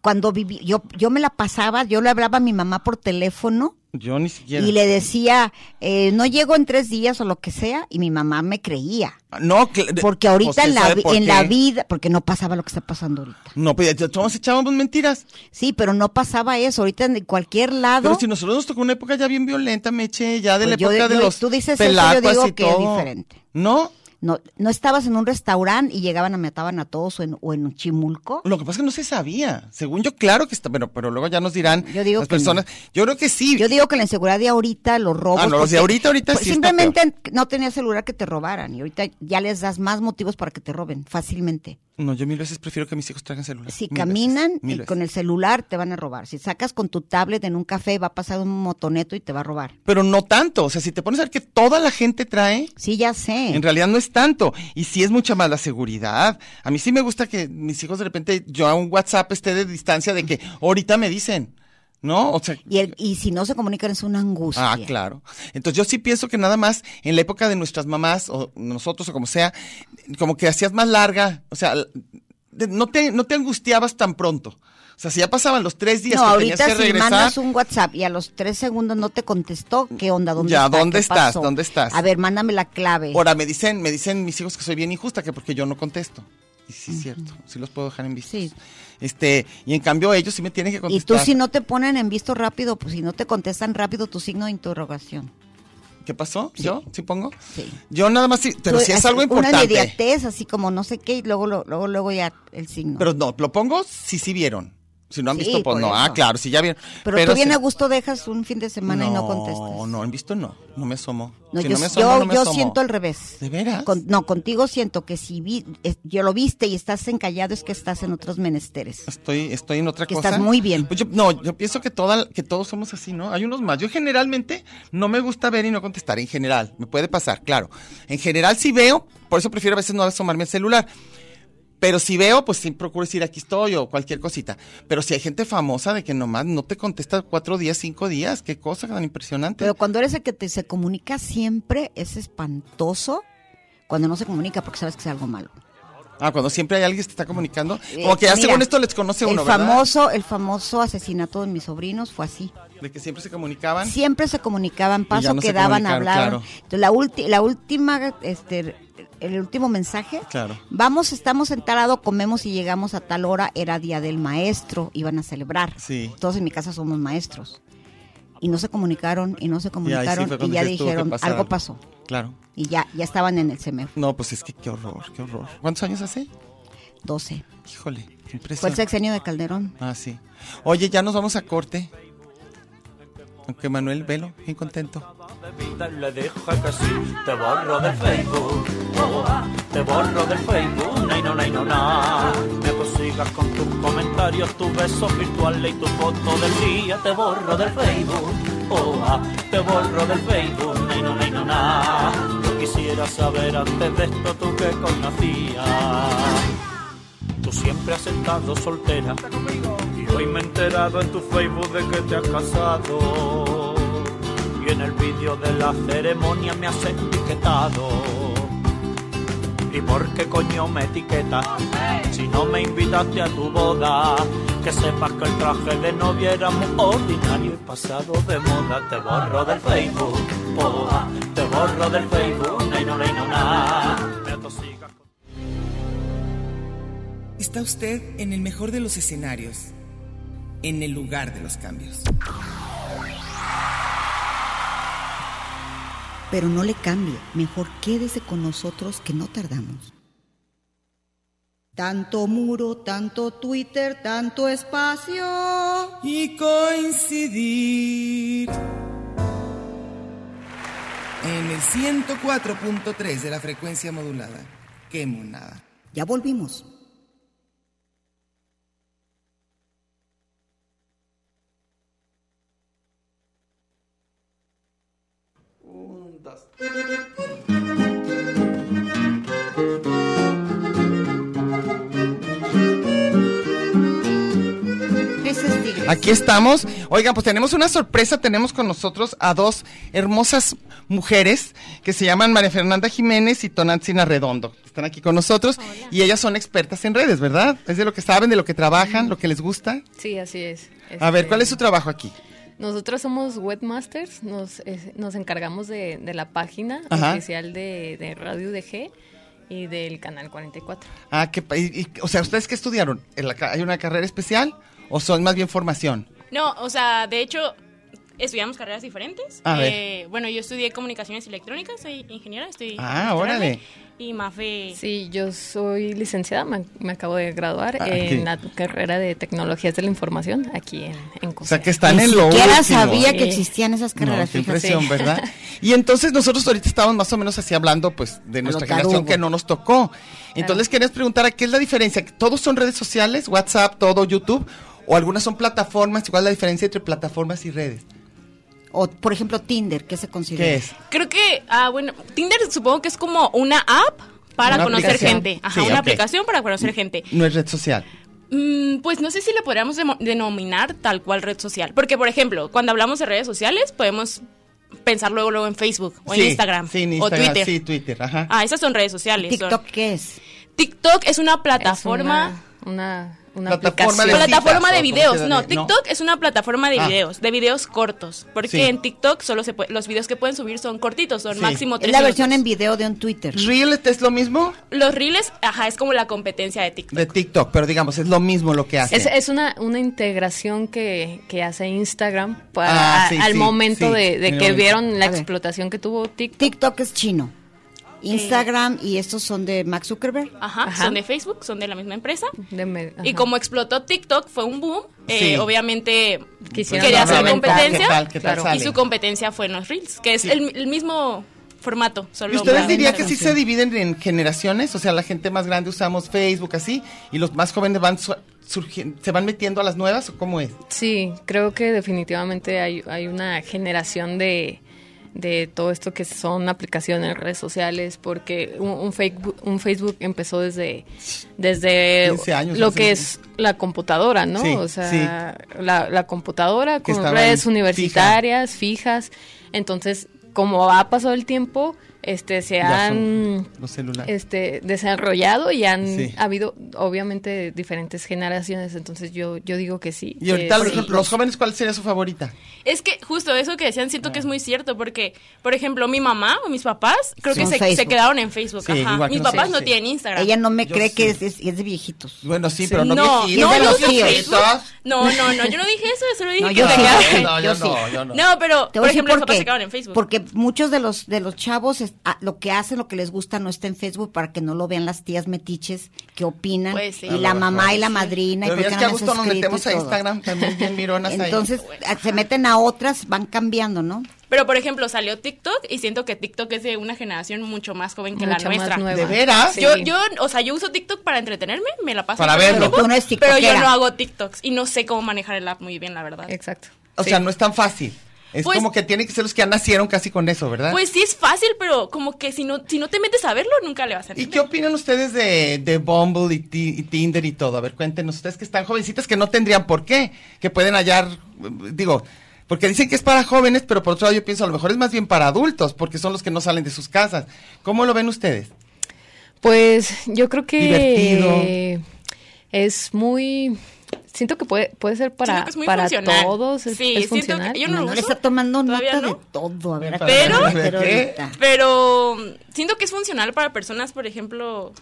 Cuando viví, yo, yo me la pasaba, yo le hablaba a mi mamá por teléfono
Yo ni siquiera.
y le decía, eh, no llego en tres días o lo que sea, y mi mamá me creía.
Ah, No, cl- de-
Porque ahorita
pues,
en, la,
¿sabe
vi-
por
en la
qué?
vida, porque no pasaba lo que está pasando ahorita.
No, pues ya todos echábamos mentiras.
Sí, pero no pasaba eso. Ahorita en cualquier lado.
Pero si nosotros nos tocó una época ya bien violenta, Meche, ya de la
Pues yo-
época de
yo-
los
tú dices eso, yo
pelacuas
digo
y
que es
todo.
diferente.
No,
No, no estabas en un restaurante y llegaban a mataban a todos o en, o en Chimulco.
lo que pasa es que no se sabía. Según yo, claro que está, pero, pero luego ya nos dirán
Yo digo
las
que no.
personas. Yo creo que sí.
Yo digo que la inseguridad de ahorita, los robos.
Ah, no, los de
porque, pues
ahorita, ahorita sí está
Simplemente no tenías celular que te robaran y ahorita ya les das más motivos para que te roben fácilmente.
No, yo mil veces prefiero que mis hijos traigan celular.
Si
Ah, Mil
caminan
veces, mil
y con el
veces.
celular te van a robar. Si sacas con tu tablet en un café, va a pasar un motoneto y te va a robar.
Pero no tanto. O sea, si te pones a ver que toda la gente trae.
Sí, ya sé.
En realidad no es tanto. Y sí es mucha más la seguridad. A mí sí me gusta que mis hijos de repente, yo a un WhatsApp esté de distancia de que ahorita me dicen, ¿no? O sea,
Y, el- y si no se comunican es una angustia.
Ah, claro. Entonces yo sí pienso que nada más en la época de nuestras mamás o nosotros o como sea, como que hacías más larga, o sea, de- no te, no te angustiabas tan pronto. O sea, si ya pasaban los tres días
No,
que
ahorita
tenías que
si
regresar,
mandas un WhatsApp y a los tres segundos no te contestó, ¿qué onda? ¿Dónde
Ya,
está?
¿dónde
¿Qué
estás?
pasó?
¿Dónde estás?
A ver, mándame la clave.
ahora me dicen, me dicen mis hijos que soy bien injusta, que porque yo no contesto. Y sí es cierto, sí los puedo dejar en vistos.
Sí.
Este, y en cambio ellos sí me tienen que
y
contestar.
tú si no te ponen en visto rápido, pues si no te contestan rápido tu signo de interrogación.
¿Qué pasó? ¿Yo? ¿Sí pongo?
Sí.
Yo nada más sí, pero
Tú,
si es
así,
algo
Una
importante.
inmediatez, así como no sé qué, y luego, lo- luego, luego ya el signo.
Pero no, lo pongo si sí vieron. Si no han
Sí,
visto, pues
por
no. Ah,
eso.
claro, si ya vieron.
Pero tú bien
si-
a gusto dejas un fin de semana y no contestas.
No, no, han visto no. No me asomo.
No,
Si
yo,
no me asomo,
yo-
no me
yo
asomo.
siento al revés.
¿De veras?
Con- no, contigo siento que si vi- es- yo lo viste y estás encallado es que estás en otros menesteres.
Estoy, estoy en otra
Que
cosa.
estás muy bien.
Pues yo- no, yo pienso que, toda, que todos somos así, ¿no? Hay unos más. Yo generalmente no me gusta ver y no contestar. En general, me puede pasar, claro. En general sí veo, por eso prefiero a veces no asomarme al celular. Pero si veo, pues sí procuro decir aquí estoy o cualquier cosita. Pero si hay gente famosa de que nomás no te contesta cuatro días, cinco días, qué cosa tan impresionante.
Pero cuando eres el que te, se comunica siempre es espantoso cuando no se comunica porque sabes que es algo malo.
Ah, cuando siempre hay alguien que te está comunicando.
Eh,
Como que ya
mira,
según esto les conoce uno,
el
¿verdad?
famoso, El famoso asesinato de mis sobrinos fue así.
De que siempre se comunicaban.
Siempre se comunicaban, paso
no se
que daban,
comunicaron,
hablaban.
claro.
Entonces, la, ulti- la última, este, el último mensaje.
Claro.
Vamos, estamos en tal lado, comemos y llegamos a tal hora. Era día del maestro, iban a celebrar.
Sí.
Todos en mi casa somos maestros. Y no se comunicaron, y no se comunicaron,
fue
y,
cuando
ya
dices, tuvo que
dijeron,
pasar
algo
algo".
pasó.
Claro.
Y ya, ya estaban en el CEMEF,
No, pues es que qué horror, qué horror. ¿Cuántos años hace?
12.
Híjole, qué
Fue el
impresión.
sexenio de Calderón.
Ah, sí. Oye, ya nos vamos a corte. Aunque Manuel Velo, bien contento.
bebida la deja casi te borro del Facebook oh, ah, te borro del Facebook nay no nay no na me consigas con tus comentarios tus besos virtuales y tu foto del día te borro del Facebook oh, ah, te borro del Facebook nay no nay no na yo quisiera saber antes de esto tú qué conocías Tú siempre has estado soltera Y hoy me he enterado en tu Facebook de que te has casado Y en el vídeo de la ceremonia me has etiquetado ¿Y por qué coño me etiquetas? Si no me invitaste a tu boda Que sepas que el traje de novia era muy ordinario y pasado de moda Te borro del Facebook, oh, ah, te borro del Facebook, nay, no, nay, no, na. Me atosigas con-
Está usted en el mejor de los escenarios, en el lugar de los cambios.
Pero no le cambie, mejor quédese con nosotros que no tardamos. Tanto muro, tanto Twitter, tanto espacio.
Y coincidir. En el 104.3 de la frecuencia modulada. Qué monada.
Ya volvimos.
Tres estilos.
Aquí estamos. Oigan, pues tenemos una sorpresa. Tenemos con nosotros a dos hermosas mujeres que se llaman María Fernanda Jiménez y Tonantzina Redondo. Están aquí con nosotros y ellas son expertas en redes, ¿verdad? Es de lo que saben, de lo que trabajan, lo que les gusta.
Sí, así es.
A ver,
Este,
¿cuál es su trabajo aquí?
Nosotros somos webmasters, nos, es- nos encargamos de, de la página
Ajá.
oficial de, de Radio DG y del canal 44.
Ah, ¿qué, pa- y- y- o sea, ¿ustedes qué estudiaron? ¿En la ca- ¿Hay una carrera especial o son más bien formación?
No, o sea, de hecho, estudiamos carreras diferentes.
A ver.
Eh, bueno, yo estudié comunicaciones electrónicas, soy ingeniera, estoy.
Ah,
doctorando.
órale.
Y Mafe.
Sí, yo soy licenciada, me, me acabo de graduar
Ah,
en
ok.
la carrera de tecnologías de la información aquí en, en
O sea,
COSEA.
que están en lo
Siquiera
último. ¿eh?
sabía que
Sí.
existían esas
No,
carreras.
qué
fíjate.
impresión, ¿verdad? Y entonces nosotros ahorita estábamos más o menos así hablando pues de nuestra
lo
generación
tarugo.
que no nos tocó. Entonces querías preguntar, ¿a qué es la diferencia? ¿Todos son redes sociales, WhatsApp, todo, YouTube? ¿O algunas son plataformas? ¿Cuál es la diferencia entre plataformas y redes?
O, por ejemplo, Tinder, ¿qué se considera?
¿Qué es?
Creo que, ah, bueno, Tinder supongo que es como una app para
Una
conocer
aplicación.
gente. Ajá,
Sí,
una
ok.
aplicación para conocer gente.
No es red social.
Mm, pues no sé si la podríamos demo- denominar tal cual red social. Porque, por ejemplo, cuando hablamos de redes sociales, podemos pensar luego, luego en Facebook o
Sí,
en Instagram,
Sí, en Instagram,
o Twitter.
sí, Twitter, ajá.
Ah, esas son redes sociales. son-
TikTok, ¿qué es?
TikTok es una
Es
plataforma.
Una, una, una
Plataforma de-
aplicación.
plataforma
citas,
de
o como
videos.
quieran
No,
decir, ¿no?
TikTok es una plataforma de
Ah.
videos, de videos cortos. Porque
Sí.
en TikTok solo se puede- los videos que pueden subir son cortitos, son
Sí.
máximo
Es
tres
la versión en
minutos.
video de un Twitter.
¿Reel es lo mismo?
Los reels, ajá, es como la competencia de TikTok.
De TikTok, pero digamos, es lo mismo lo que hace.
eh,
Es, es una, una integración que, que hace Instagram
Ah,
para,
sí,
al
sí,
momento
sí,
de, de
en el
que
momento.
vieron la
A ver.
explotación que tuvo TikTok.
TikTok es chino. Instagram y estos son de Max Zuckerberg.
Ajá,
Ajá.
son de Facebook, son de la misma empresa.
de me-
Y
ajá.
como explotó TikTok, fue un boom. eh,
Sí.
Obviamente
Quisieron
quería hacer
aprovechar.
competencia.
Ah, ¿Qué tal, qué tal
Claro.
sale?
Y su competencia fue en los reels, que es
Sí.
el, el mismo formato. Solo
¿Y ustedes
para
dirían que sí
Instagram.
se dividen en generaciones? O sea, la gente más grande usamos Facebook así y los más jóvenes van su- surgien- se van metiendo a las nuevas o cómo es?
Sí, creo que definitivamente hay, hay una generación de, de todo esto que son aplicaciones, redes sociales, porque un, un Facebook, un Facebook empezó desde, desde
15 años,
lo
hace-
que es la computadora, ¿no?
Sí,
o sea,
sí.
la, la computadora
Que
con
estaba
redes
ahí,
universitarias, fijas. Entonces, como ha pasado el tiempo, este se
Ya
han
son los celulares.
este, desarrollado y han
Sí.
habido obviamente diferentes generaciones, entonces yo, yo digo que sí.
Y
que
ahorita, por
sí.
ejemplo, los jóvenes, ¿cuál sería su favorita?
Es que justo eso que decían, siento que es muy cierto, porque, por ejemplo, mi mamá o mis papás, creo que
Son
se, se
Facebook.
quedaron en Facebook.
Sí,
ajá.
igual que
Mis
nosotros,
papás no
sí.
tienen Instagram.
Ella no me
Yo
cree
sí.
que es, es- es de viejitos.
Bueno, sí, pero no,
no,
viejitos,
no,
de
no
los
uso
tíos.
Facebook. No, no, no, yo no dije eso, solo dije
No,
que
yo
se
sí.
quedaron.
No,
Yo
yo
sí.
no, yo no.
No, pero,
Te
por
voy a decir
ejemplo, mis
por
papás
qué.
se quedaron en Facebook.
Porque muchos de los de los chavos es- a- lo que hacen, lo que les gusta no está en Facebook para que no lo vean las tías metiches que opinan
Pues sí.
y la
A lo
mamá
mejor.
y la madrina
Pero
y por
veas
qué no
que
me
a
has
gusto nos
escrito
metemos
y
a
todo.
Instagram también bien mironas ahí.
Entonces a- se meten a otras, van cambiando, ¿no?
Pero, por ejemplo, salió TikTok y siento que TikTok es de una generación mucho más joven que
Mucho
la
más
nuestra.
nueva.
¿De veras?
Sí.
Yo, yo, o sea, yo uso TikTok para entretenerme, me la paso.
Para
mucho
verlo.
tiempo,
Pero tú no eres
Pero yo
tiktokera.
no hago TikToks y no sé cómo manejar el app muy bien, la verdad.
Exacto.
O
Sí.
sea, no es tan fácil. Es
Pues-
como que tienen que ser los que ya nacieron casi con eso, ¿verdad?
Pues sí es fácil, pero como que si no, si no te metes a verlo, nunca le vas a
¿Y
entender.
qué opinan ustedes de, de Bumble y, Ti- y Tinder y todo? A ver, cuéntenos ustedes que están jovencitas que no tendrían por qué, que pueden hallar, eh, digo, porque dicen que es para jóvenes, pero por otro lado yo pienso a lo mejor es más bien para adultos, porque son los que no salen de sus casas. ¿Cómo lo ven ustedes?
Pues yo creo que
Divertido.
es muy... Siento que puede, puede ser
Siento
para,
que es muy
para
funcional.
todos, es,
Sí,
es
siento que-
funcional.
yo no lo
Manuel
uso,
está tomando
todavía
nota
no.
de todo, a ver. acá
Pero-
pero ahorita.
Pero mm, siento que es funcional para personas, por ejemplo,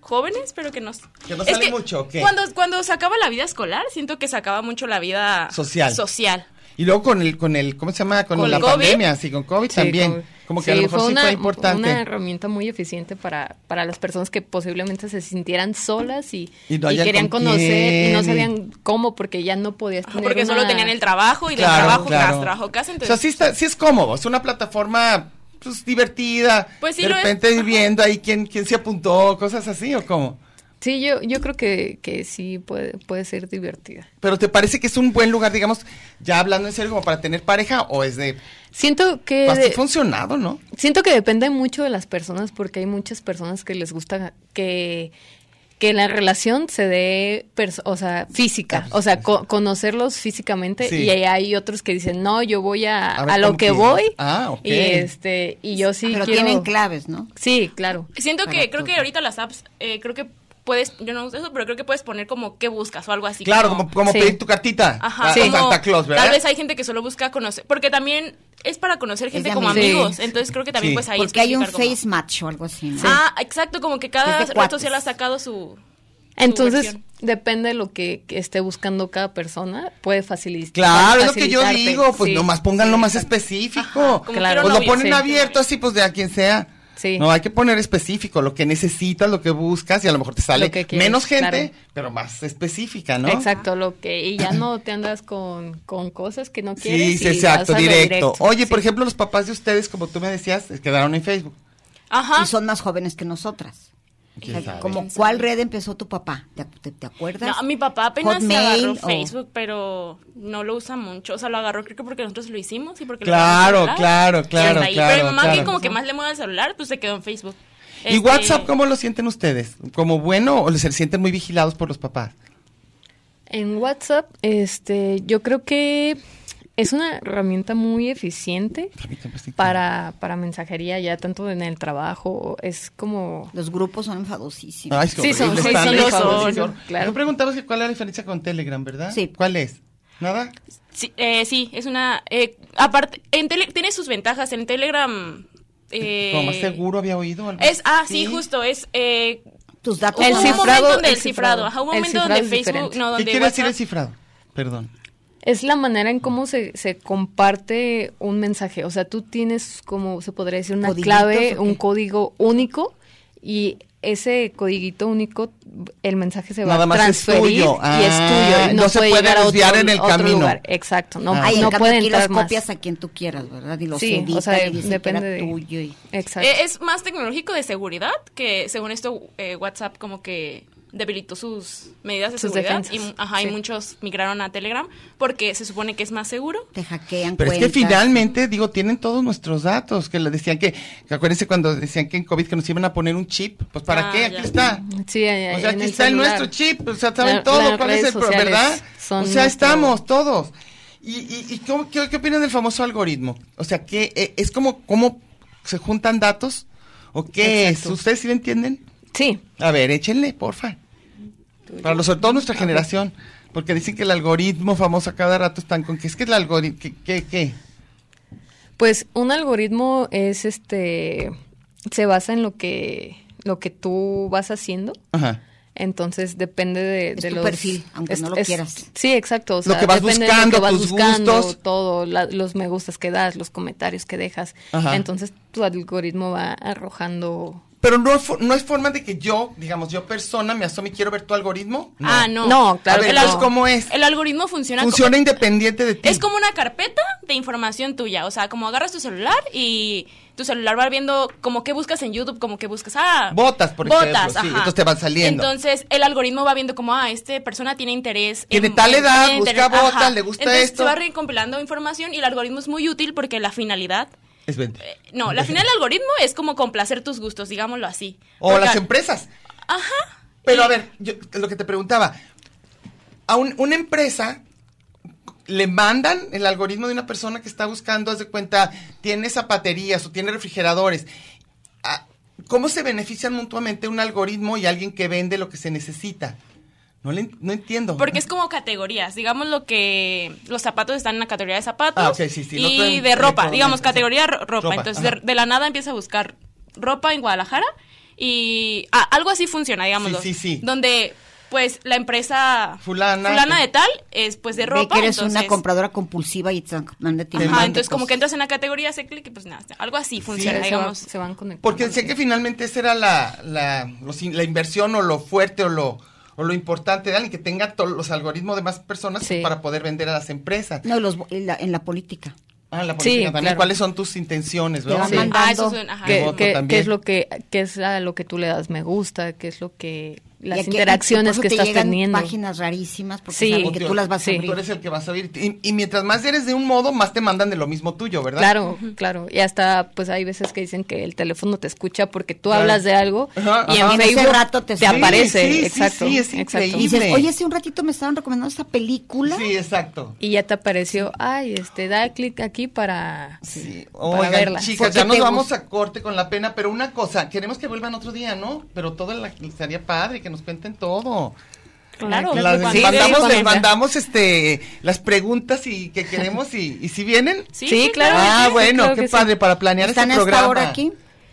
jóvenes, pero que nos...
Que no
Es
sale mucho, ¿o qué?
Cuando, cuando se acaba la vida escolar, siento que se acaba mucho la vida...
Social.
Social.
Y luego con el, con el, ¿cómo se llama? Con,
Con
la
COVID.
pandemia, sí, con COVID
Sí,
también.
como-
Como que a
sí,
lo mejor sí fue importante.
Una herramienta muy eficiente para, para las personas que posiblemente se sintieran solas y,
Y no hayan
querían
con
conocer y no
quién,
sabían cómo porque ya no podías tener
Ah, Porque solo
una-
tenían el trabajo y del
Claro,
trabajo
claro.
casa, trabajo casa, entonces...
O sea, sí, está, sí es cómodo, es una plataforma pues, divertida.
Pues sí
De
lo es.
repente ir viendo ahí quién, quién se apuntó, cosas así o cómo.
Sí, yo, yo creo que, que sí puede, puede ser divertida.
Pero ¿te parece que es un buen lugar, digamos, ya hablando en serio, como para tener pareja o es de...
Siento que...
Pues,
de-
ha funcionado, ¿no?
Siento que depende mucho de las personas porque hay muchas personas que les gusta que que la relación se dé, pers- o sea,
Ah,
física, o sea, co- conocerlos físicamente
Sí.
y ahí hay otros que dicen, "No, yo voy a,
A ver,
a lo
¿cómo
que
que?
voy."
Ah, ok.
Y este y yo sí
Pero
quiero-
tienen claves, ¿no?
Sí, claro.
Siento
Para
que, creo
todo.
que ahorita las apps, eh, creo que puedes, yo no uso eso, pero creo que puedes poner como qué buscas o algo así.
claro, como, como
sí.
pedir tu cartita.
Ajá,
a-
sí.
a Santa Claus, ¿verdad?
Tal vez hay gente que solo busca conocer, porque también es para conocer gente
de
como
amigos.
amigos,
Sí.
entonces creo que también
Sí.
pues ahí
Porque hay un
especificar como-
face match o algo así, ¿no?
Ah, exacto, como que cada
Es
red
de cuates.
social ha sacado su...
Entonces,
versión.
depende de lo que, que esté buscando cada persona, puede facilitar.
Claro, es lo que yo
facilitarte,
digo, pues
sí.
nomás pónganlo
Sí,
más
exacto.
específico.
como
quiero
Pues lo
novio,
ponen
sí.
abierto así, pues de a quien sea.
Sí.
No, hay que poner específico, lo que necesitas, lo que buscas, y a lo mejor te sale
Lo que quieres,
menos gente,
claro.
pero más específica, ¿no?
Exacto, lo que y ya no te andas con, con cosas que no quieres.
Sí, sí,
y
exacto,
vas a lo
directo. Oye,
sí.
por ejemplo, los papás de ustedes, como tú me decías, se quedaron en Facebook.
Ajá.
Y son más jóvenes que nosotras.
¿Quién
O sea,
sabe?
como cuál red empezó tu papá, ¿te, te- te acuerdas?
No, mi papá apenas se
Hotmail
agarró
o-
Facebook, pero no lo usa mucho. O sea, lo agarró creo que porque nosotros lo hicimos y porque lo
Claro,
agarró el celular.
claro,
Y
claro,
hasta ahí.
claro,
Pero mi mamá
claro.
que como que más le mueve el celular, pues se quedó en Facebook.
¿Y
Este,
WhatsApp cómo lo sienten ustedes? ¿Como bueno o se sienten muy vigilados por los papás?
En WhatsApp, este, yo creo que es una herramienta muy eficiente para, para mensajería, ya tanto en el trabajo, es como...
Los grupos son enfadosísimos.
Ay, es que
Sí, son-
horrible,
sí,
está
son
bien
los
horrible.
son, claro.
Tú preguntabas que cuál era la diferencia con Telegram, ¿verdad?
Sí.
¿Cuál es? ¿Nada?
Sí, eh, sí, es una... eh, aparte, en Tele- tiene sus ventajas. En Telegram... eh,
Como más seguro había oído algo
Es, ah, sí,
así.
justo, es... Eh,
Tus datos
El
hubo
son-
un
cifrado-
momento donde
el
el cifrado.
cifrado.
Ajá, hubo un
El
momento
cifrado
donde
es
Facebook...
diferente.
No,
¿Qué
donde
quiere decir el
WhatsApp-
cifrado? Perdón.
Es la manera en cómo se, se comparte un mensaje. O sea, tú tienes como, se podría decir, una
¿Codiguitos
clave,
o qué?
un código único y ese codiguito único, el mensaje se va
Nada
a
más es
transferir
tuyo.
y es
Ah,
tuyo. y no, se puede, llegar a otro-
desviar en el
otro
camino. Ah.
lugar. Exacto. No,
Ay, en
no
cambio,
puede
aquí los
entrar más.
copias a quien tú quieras, ¿verdad? Y los
Sí,
editan
o sea,
y dicen
depende
que
de...
era tuyo. y-
Exacto.
Eh, es más tecnológico de seguridad que, según esto, eh, WhatsApp como que debilitó sus medidas de
Sus
seguridad
defensas,
y, mu- ajá, y
sí.
muchos migraron a Telegram porque se supone que es más seguro.
Te hackean
Pero es que
cuentas.
finalmente, digo, tienen todos nuestros datos, que le decían que, que acuérdense cuando decían que en COVID que nos iban a poner un chip, pues ¿para
Ah,
qué?
ya.
Aquí está.
Sí, ahí-
O
ahí
sea,
eh, en
aquí
el
está el
celular.
nuestro chip, o sea, saben
La-
todo,
las
cuál es el
redes
problema,
sociales
¿verdad?
son
O sea,
nuestro-
estamos todos. ¿Y, y, y cómo- qué, qué opinan del famoso algoritmo? O sea, que es como cómo se juntan datos o qué es?
Exacto.
¿Ustedes sí lo entienden?
Sí.
A ver, échenle, porfa. Para los, sobre todo nuestra generación, porque dicen que el algoritmo famoso a cada rato están con que es que el algoritmo, que, que, que-
Pues un algoritmo es este se basa en lo que lo que tú vas haciendo.
Ajá.
Entonces depende de,
Es
de
tu
los
perfil, aunque no lo quieras.
Sí, exacto. o sea,
Lo que vas
depende de
buscando,
lo que vas
tus
buscando,
gustos.
todo, la- los me gustas que das, los comentarios que dejas.
Ajá.
Entonces tu algoritmo va arrojando.
Pero no, fo- no es forma de que yo, digamos, yo persona me asomo y quiero ver tu algoritmo.
Ah, no.
No, claro
A ver,
que
entonces,
no.
¿cómo es?
El algoritmo funciona, co-
Funciona independiente de ti.
es como una carpeta de información tuya, o sea, como agarras tu celular y tu celular va viendo como qué buscas en YouTube, como qué buscas, ah,
Botas, por
botas,
ejemplo, sí,
ajá.
entonces te van saliendo.
Entonces, el algoritmo va viendo como, ah, esta persona tiene interés
Tiene tal edad, busca
interés,
botas, le gusta
Entonces,
esto.
se va recompilando información y el algoritmo es muy útil porque la finalidad eh,
Es venta.
No, la final del algoritmo es como complacer tus gustos, digámoslo así.
O
Porque-
las empresas.
Ajá.
Pero a
Y-
ver, yo, lo que te preguntaba, a un- una empresa le mandan el algoritmo de una persona que está buscando, haz de cuenta, tiene zapaterías o tiene refrigeradores. Ah, ¿Cómo se benefician mutuamente un algoritmo y alguien que vende lo que se necesita? No, le, en- no entiendo.
Porque es como categorías, digamos lo que los zapatos están en la categoría de zapatos
Ah, ok, sí, sí, no
y
traen-
de ropa,
traen
digamos
todo,
categoría ro- ropa,
Ropa,
entonces
ajá.
de, de la nada empieza a buscar ropa en Guadalajara y ah, algo así funciona, digámoslo.
Sí, sí, sí.
Donde pues la empresa
Fulana.
de tal es pues de
Ve
ropa,
que eres
entonces
una compradora compulsiva y te están comprando a ti un
Ajá,
montón de
entonces como que
cosas.
entras en la categoría, hace clic y pues nada, algo así
Sí,
funciona,
se va-
digamos.
se van conectando.
Porque sé que finalmente esa era la, la, los in- la inversión o lo fuerte o lo, o lo importante de alguien que tenga todos los algoritmos de más personas
Sí.
para poder vender a las empresas.
No, los, bo- en, la, en la política.
Ah, la política también.
claro.
¿Cuáles son tus intenciones?
Te
verdad?
van
Sí.
mandando.
Ah, eso suena, ajá.
Que-
¿Qué,
voto
qué-
también.
qué es lo que qué es a lo que tú le das me gusta? ¿Qué es lo que las
Y aquí- y por
interacciones
eso
que
te
estás
llegan
teniendo?
páginas rarísimas porque
Sí.
saben que tú las vas
Sí.
a abrir.
Tú eres el que vas a abrir. Y, y mientras más eres de un modo, más te mandan de lo mismo tuyo, ¿verdad?
Claro, claro. Y hasta pues hay veces que dicen que el teléfono te escucha porque tú
Claro.
hablas de algo
Ajá,
y
ajá.
en
En
ese
Facebook
rato te
te,
escucha.
aparece.
Sí, sí, sí,
exacto.
sí, es
exacto.
Y dices,
increíble.
oye, hace un ratito me estaban recomendando esta película.
Sí, exacto.
Y ya te apareció, ay, este, da clic aquí para,
Sí.
para
Oigan,
verla.
chicas,
Porque
ya nos
te
vamos
gusta.
a corte con la pena, pero una cosa, queremos que vuelvan otro día, ¿no? Pero todo la, estaría padre que nos cuenten todo.
Claro,
Las-
Las-
cuando-
sí,
les mandamos,
sí,
les
sí.
mandamos este las preguntas y que queremos y, y si vienen.
Sí,
Sí, claro.
ah,
que sí,
bueno,
claro
qué
que sí.
padre para planear
¿Están
este
hasta
programa.
ahora aquí?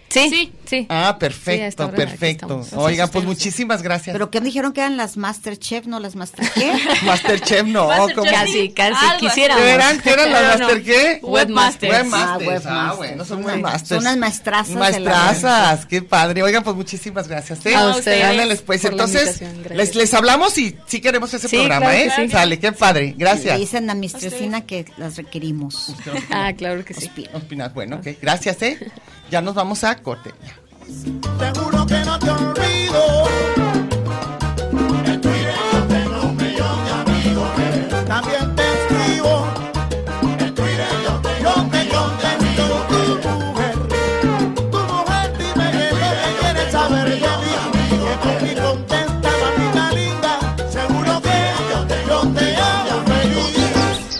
Sí,
Sí.
sí.
Ah,
Sí, a
perfecto,
esta hora aquí
perfecto.
estamos.
Oigan, pues
Entonces,
muchísimas gracias.
¿Pero qué me dijeron que eran las Masterchef, no las Master qué?
Masterchef no,
Masterchef
¿cómo?
sí.
Casi, casi
Algo así.
quisiéramos.
¿Qué eran? ¿Qué eran las
Pero no.
master qué?
Webmasters.
Webmasters.
Ah, webmasters.
Ah, bueno, son
Son
webmasters.
unas- son unas maestrazas de la-
Maestrazas, qué padre. Oigan, pues muchísimas gracias. ¿eh?
A ustedes
Ándales, pues
por la
entonces,
invitación, gracias.
les, les hablamos y sí queremos ese
Sí,
programa,
claro
¿eh?
que sí.
Sale, qué padre.
Le
Gracias.
dicen a Mistressina que las requerimos.
Ah, claro que sí.
Suspiro.
Opinas, bueno, ok. Gracias, ¿eh? Ya nos vamos a corte.
Seguro que no te olvido. Estoy yo tengo un millón de amigos. También te escribo. Estoy yo tengo un millón de amigos. Tu mujer, tu mujer, dime que es lo que quieres saber de mí. Que por mi contenta, mamita linda. Seguro que yo te, yo te hago feliz.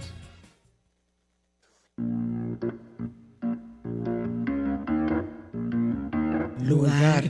Lugar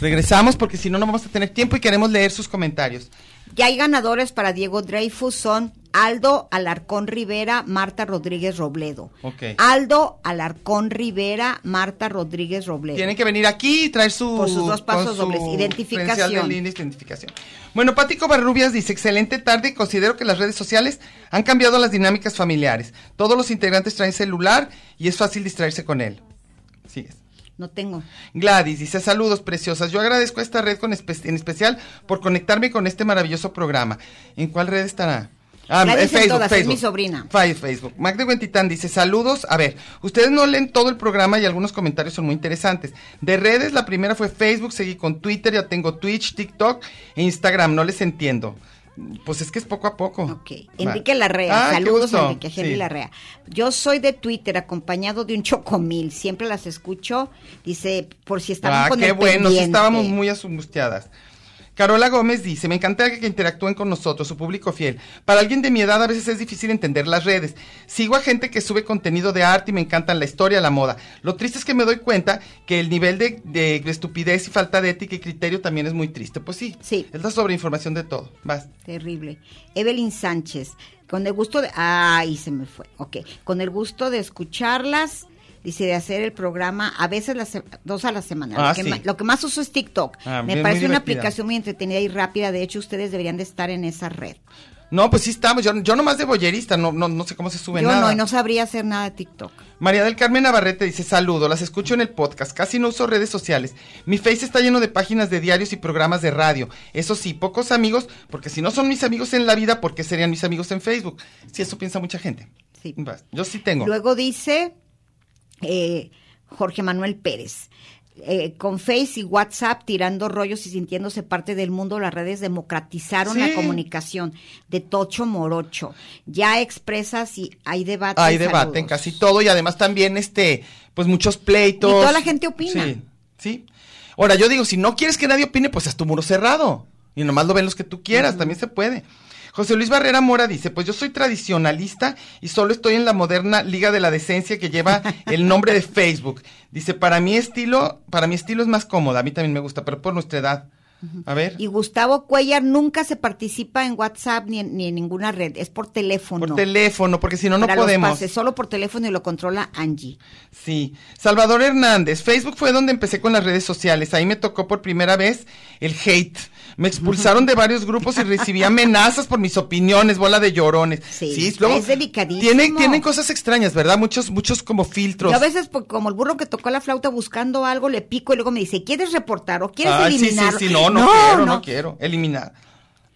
Regresamos porque si no, no vamos a tener tiempo y queremos leer sus comentarios.
Ya hay ganadores para Diego Dreyfus, son Aldo Alarcón Rivera, Marta Rodríguez Robledo.
Ok.
Aldo Alarcón Rivera, Marta Rodríguez Robledo.
Tienen que venir aquí y traer su...
Por sus dos pasos
con su
dobles, identificación.
credencial de línea, identificación. Bueno, Pático Barrubias dice, excelente tarde, considero que las redes sociales han cambiado las dinámicas familiares. Todos los integrantes traen celular y es fácil distraerse con él. Así es.
No tengo.
Gladys dice, saludos preciosas, yo agradezco a esta red con espe- en especial por conectarme con este maravilloso programa. ¿En cuál red estará? Ah,
Gladys
eh,
en todas, es mi sobrina.
Fa- Facebook. Mac de Huentitán dice, saludos. A ver, ustedes no leen todo el programa y algunos comentarios son muy interesantes. De redes, la primera fue Facebook, seguí con Twitter, ya tengo Twitch, TikTok e Instagram, no les entiendo. Pues es que es poco a poco.
Ok. Enrique Larrea,
Ah, qué
saludos
gusto.
Enrique Henry
Sí.
Larrea. Yo soy de Twitter acompañado de un chocomil, siempre las escucho, dice, por si estaban
Ah,
con
qué
el
bueno, sí
pendiente.
estábamos muy angustiadas. Carola Gómez dice, me encanta que interactúen con nosotros, su público fiel. Para alguien de mi edad a veces es difícil entender las redes. Sigo a gente que sube contenido de arte y me encantan la historia, la moda. Lo triste es que me doy cuenta que el nivel de, de estupidez y falta de ética y criterio también es muy triste. Pues sí,
Sí.
es la sobreinformación de todo. Vas.
Terrible. Evelyn Sánchez, con el gusto de... Ay, se me fue. Ok. Con el gusto de escucharlas, dice, de hacer el programa a veces las, se- dos a la semana.
Ah,
lo, que
sí.
ma- lo que más uso es TikTok.
Ah,
me
bien, muy
parece una
divertida.
aplicación muy entretenida y rápida. De hecho, ustedes deberían de estar en esa red.
No, pues sí estamos. Yo, yo nomás de boyerista, no, no, no sé cómo se sube
Yo
Pues nada.
no, y no sabría hacer nada de TikTok.
María del Carmen Navarrete dice, saludo, las escucho en el podcast, casi no uso redes sociales. Mi Face está lleno de páginas de diarios y programas de radio. Eso sí, pocos amigos, porque si no son mis amigos en la vida, ¿por qué serían mis amigos en Facebook? Sí, eso piensa mucha gente.
Sí.
Vas, Yo sí tengo.
Luego dice eh, Jorge Manuel Pérez. eh, con Face y WhatsApp tirando rollos y sintiéndose parte del mundo, las redes democratizaron
Sí.
la comunicación de Tocho Morocho. Ya expresas y hay debate.
Hay debate en
saludos.
casi todo y además también, este, pues muchos pleitos.
Y toda la gente opina.
Sí, sí. Ahora, yo digo, si no quieres que nadie opine, pues haz tu muro cerrado. Y nomás lo ven los que tú quieras, también se puede. José Luis Barrera Mora dice, pues yo soy tradicionalista y solo estoy en la moderna Liga de la Decencia que lleva el nombre de Facebook. Dice, para mi estilo, para mi estilo es más cómoda, a mí también me gusta, pero por nuestra edad. A ver,
Y Gustavo Cuellar nunca se participa en WhatsApp ni en, ni en ninguna red, es por teléfono.
por teléfono, porque si no, no
Para los
podemos.
pases, solo por teléfono y lo controla Angie.
Sí, Salvador Hernández, Facebook fue donde empecé con las redes sociales, ahí me tocó por primera vez el hate. Me expulsaron de varios grupos y recibí amenazas por mis opiniones, bola de llorones.
Sí,
luego
es delicadísimo.
Tienen, tienen cosas extrañas, ¿verdad? Muchos, muchos como filtros.
Yo a veces, pues, como el burro que tocó la flauta buscando algo, le pico y luego me dice, ¿quieres reportar o quieres
Ay, sí, sí,
eliminar?
sí, no, no, quiero, no. quiero. Eliminar.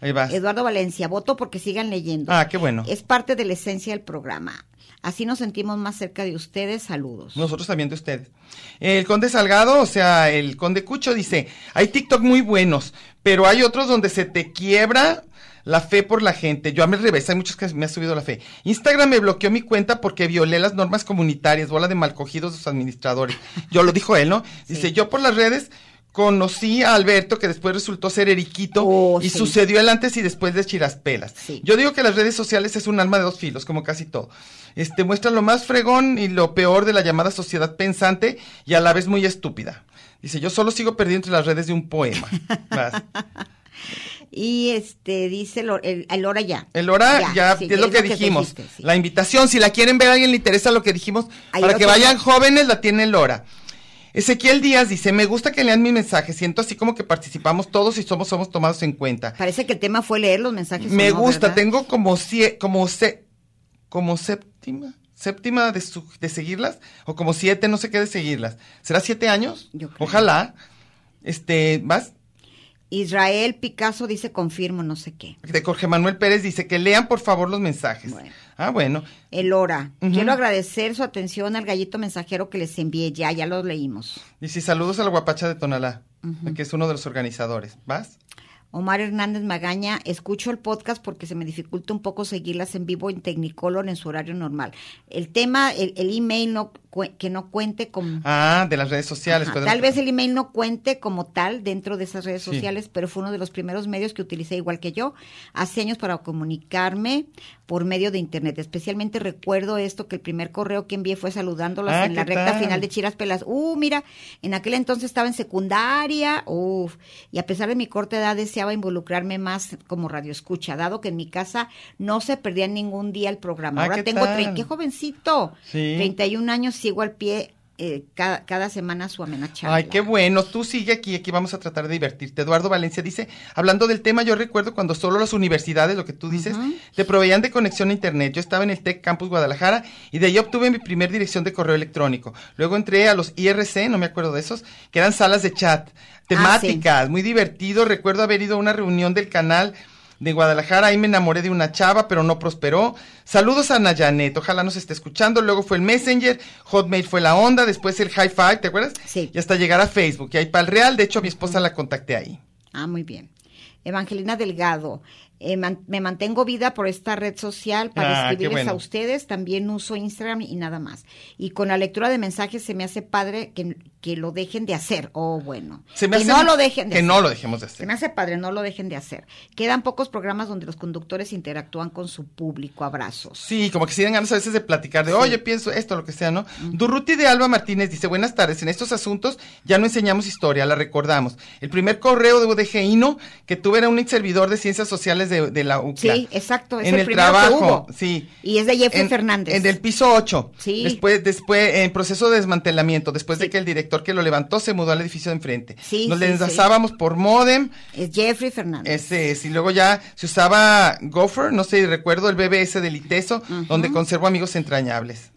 Ahí va.
Eduardo Valencia, voto porque sigan leyendo.
Ah, qué bueno.
Es parte de la esencia del programa. Así nos sentimos más cerca de ustedes. Saludos.
Nosotros también de ustedes. El conde Salgado, o sea, el conde Cucho dice, hay TikTok muy buenos, pero hay otros donde se te quiebra la fe por la gente. Yo a mi revés, hay muchos que me ha subido la fe. Instagram me bloqueó mi cuenta porque violé las normas comunitarias, bola de malcogidos de sus administradores. Yo lo dijo él, ¿no? Dice, yo por las redes conocí a Alberto, que después resultó ser Eriquito,
Oh,
y
sí.
sucedió el antes y después de Chiraspelas.
Sí.
Yo digo que las redes sociales es un alma de dos filos, como casi todo. Este muestra lo más fregón y lo peor de la llamada sociedad pensante y a la vez muy estúpida. Dice, yo solo sigo perdido entre las redes de un poema. Vas.
Y este, dice Lo- el, el hora ya.
El hora ya,
sí,
es lo que dijimos.
dijiste, sí.
La invitación, si la quieren ver, a alguien le interesa lo que dijimos,
Ahí
para
lo
que
tiene.
vayan jóvenes, la tiene el hora. Ezequiel Díaz dice, me gusta que lean mi mensaje, siento así como que participamos todos y somos, somos tomados en cuenta.
Parece que el tema fue leer los mensajes. o
Me
no,
gusta,
¿verdad?
tengo como sie- como se- como séptima, séptima de, su- de seguirlas, o como siete, no sé qué de seguirlas. ¿Será siete años?
Yo creo.
Ojalá. Este, ¿vas?
Israel Picasso dice confirmo, no sé qué.
De Jorge Manuel Pérez dice que lean por favor los mensajes.
Bueno.
Ah, bueno.
El hora.
Ujú.
Quiero agradecer su atención al gallito mensajero que les envié. Ya, ya lo leímos.
Dice, saludos a la guapacha de Tonalá, que es uno de los organizadores. ¿Vas?
Omar Hernández Magaña, escucho el podcast porque se me dificulta un poco seguirlas en vivo en Technicolor en su horario normal. El tema, el, el email no cu- que no cuente como
Ah, de las redes sociales.
Ajá,
Pedro.
tal vez el email no cuente como tal dentro de esas redes
Sí.
sociales, pero fue uno de los primeros medios que utilicé igual que yo hace años para comunicarme por medio de internet. Especialmente recuerdo esto que el primer correo que envié fue saludándolas
Ah,
en la
¿qué
recta
tal?
final de Chiras Pelas. Uh, mira, en aquel entonces estaba en secundaria, uf, y a pesar de mi corta edad deseaba involucrarme más como radioescucha, dado que en mi casa no se perdía ningún día el programa.
Ah,
Ahora
¿qué
tengo
tal?
tre- qué jovencito,
Sí.
31 años sigo al pie eh, cada, cada semana su amena charla.
Ay, qué bueno. Tú sigue aquí, aquí vamos a tratar de divertirte. Eduardo Valencia dice, hablando del tema, yo recuerdo cuando solo las universidades, lo que tú dices, te proveían de conexión a internet. Yo estaba en el Tec Campus Guadalajara y de ahí obtuve mi primer dirección de correo electrónico. Luego entré a los IRC, no me acuerdo de esos, que eran salas de chat, temáticas, muy divertido. Recuerdo haber ido a una reunión del canal de Guadalajara, ahí me enamoré de una chava, pero no prosperó. Saludos a Nayanet, ojalá nos esté escuchando. Luego fue el Messenger, Hotmail fue la onda, después el High Five, ¿te acuerdas?
Sí.
Y hasta llegar a Facebook, y ahí para el Real, de hecho a mi esposa la contacté ahí.
Ah, muy bien. Evangelina Delgado, eh, man- me mantengo vida por esta red social para
Ah, qué
escribirles a
bueno.
ustedes. También uso Instagram y nada más. Y con la lectura de mensajes se me hace padre que, que lo dejen de hacer. Oh, bueno.
Se me
que
hace
no lo dejen de
Que
hacer.
no lo dejemos de
Se
hacer.
me hace padre, no lo dejen de hacer. Quedan pocos programas donde los conductores interactúan con su público. Abrazos.
Sí, como que se dan ganas a veces de platicar de, oye, pienso esto, lo que sea, ¿no? Durruti de Alba Martínez dice, buenas tardes, en estos asuntos ya no enseñamos historia, la recordamos. El primer correo de UDGINO que tuve era un servidor de ciencias sociales de, de la UCLA.
Sí, exacto, es
en
el
el
primero que
trabajo,
hubo.
sí.
Y es de Jeffrey
en,
Fernández.
En del piso 8.
Sí.
Después, después, en proceso de desmantelamiento, después de
Sí.
que el director que lo levantó se mudó al edificio de enfrente.
Sí,
Nos
sí, sí.
enlazábamos por modem.
Es Jeffrey Fernández.
Ese es, y luego ya se usaba Gopher, no sé, recuerdo el BBS del ITESO, donde conservo amigos entrañables.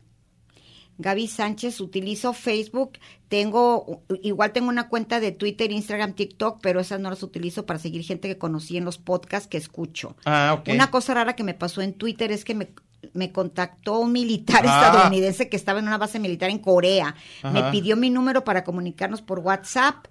Gaby Sánchez, utilizo Facebook, tengo, igual tengo una cuenta de Twitter, Instagram, TikTok, pero esas no las utilizo para seguir gente que conocí en los podcasts que escucho.
Ah, ok.
Una cosa rara que me pasó en Twitter es que me, me contactó un militar
Ah.
estadounidense que estaba en una base militar en Corea.
Ajá.
Me pidió mi número para comunicarnos por WhatsApp,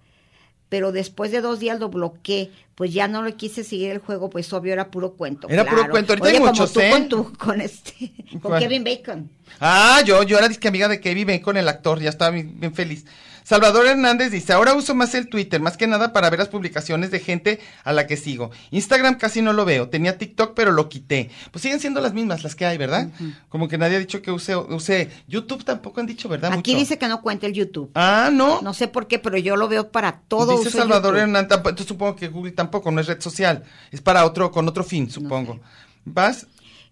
pero después de dos días lo bloqueé. Pues ya no le quise seguir el juego, pues obvio era puro cuento.
Era
claro.
puro cuento, ahorita hay
Oye, como
muchos,
tú
¿eh?
con tu- con este, con
¿Cuál?
Kevin Bacon.
Ah, yo, yo era disque amiga de Kevin Bacon, el actor, ya estaba bien, bien feliz. Salvador Hernández dice, ahora uso más el Twitter, más que nada para ver las publicaciones de gente a la que sigo. Instagram casi no lo veo, tenía TikTok pero lo quité. Pues siguen siendo las mismas las que hay, ¿verdad? Como que nadie ha dicho que use, use YouTube tampoco han dicho, ¿verdad?
Aquí
Mucho.
dice que no cuenta el YouTube.
Ah, no.
No sé por qué, pero yo lo veo para todo.
Dice
uso
Salvador
YouTube.
Hernández, tampo- entonces supongo que Google tampoco, no es red social, es para otro, con otro fin, supongo. ¿Vas?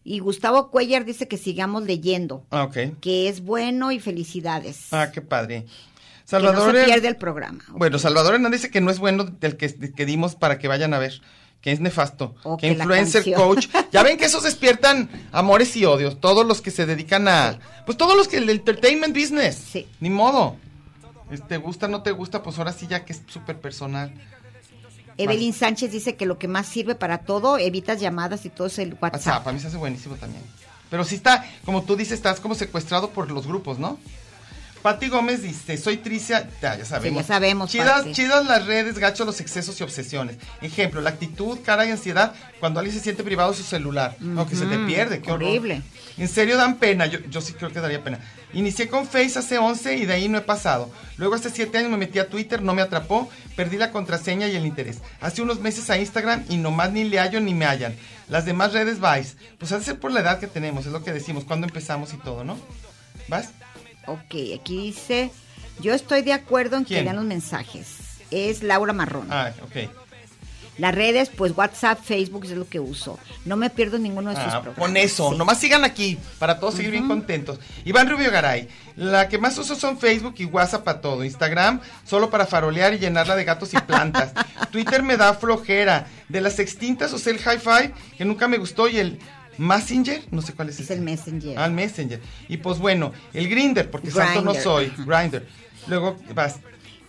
Y Gustavo Cuellar dice que sigamos leyendo,
Ah, ok.
que es bueno y felicidades.
Ah, qué padre.
que
Salvador
no se
Her-
pierde el programa.
Bueno, Salvador Hernández dice que no es bueno del que, que dimos para que vayan a ver, que es nefasto,
O
que
que la
influencer
canción.
coach. Ya ven que esos despiertan amores y odios, todos los que se dedican a, pues todos los que el entertainment business.
Sí.
Ni modo. Es- Te gusta, no te gusta, pues ahora sí ya que es súper personal.
Evelyn Sánchez dice que lo que más sirve para todo, evitas llamadas y todo es el WhatsApp.
WhatsApp, a mí se hace buenísimo también. Pero sí está, como tú dices, estás como secuestrado por los grupos, ¿no? Pati Gómez dice, soy tricia, ya, ya sabemos.
ya sabemos,
Chidas,
Pati.
chidas las redes, gachos los excesos y obsesiones. Ejemplo, la actitud, cara y ansiedad cuando alguien se siente privado de su celular. No, que se te pierde, qué horror.
horrible.
En serio dan pena, yo, yo sí creo que daría pena. Inicié con Face hace 11 y de ahí no he pasado. Luego hace 7 años me metí a Twitter, no me atrapó, perdí la contraseña y el interés. Hace unos meses a Instagram y nomás ni le hallo ni me hallan. Las demás redes vais. Pues ha de ser por la edad que tenemos, es lo que decimos, cuando empezamos y todo, ¿no? ¿Vas?
Ok, aquí dice, yo estoy de acuerdo en que
¿Quién?
lean los mensajes. Es Laura Marrón.
Ah, ok.
Las redes, pues WhatsApp, Facebook es lo que uso. No me pierdo ninguno de sus
Ah,
programas.
con eso,
Sí.
nomás sigan aquí para todos seguir bien contentos. Iván Rubio Garay, la que más uso son Facebook y WhatsApp para todo, Instagram solo para farolear y llenarla de gatos y plantas. Twitter me da flojera, de las extintas usé el Hi-Fi que nunca me gustó y el Messenger, no sé cuál es,
Es
ese.
el Messenger.
Ah, el Messenger. Y pues bueno, el Grinder porque santo no
Grindr,
soy,
ajá.
Grinder. Luego vas,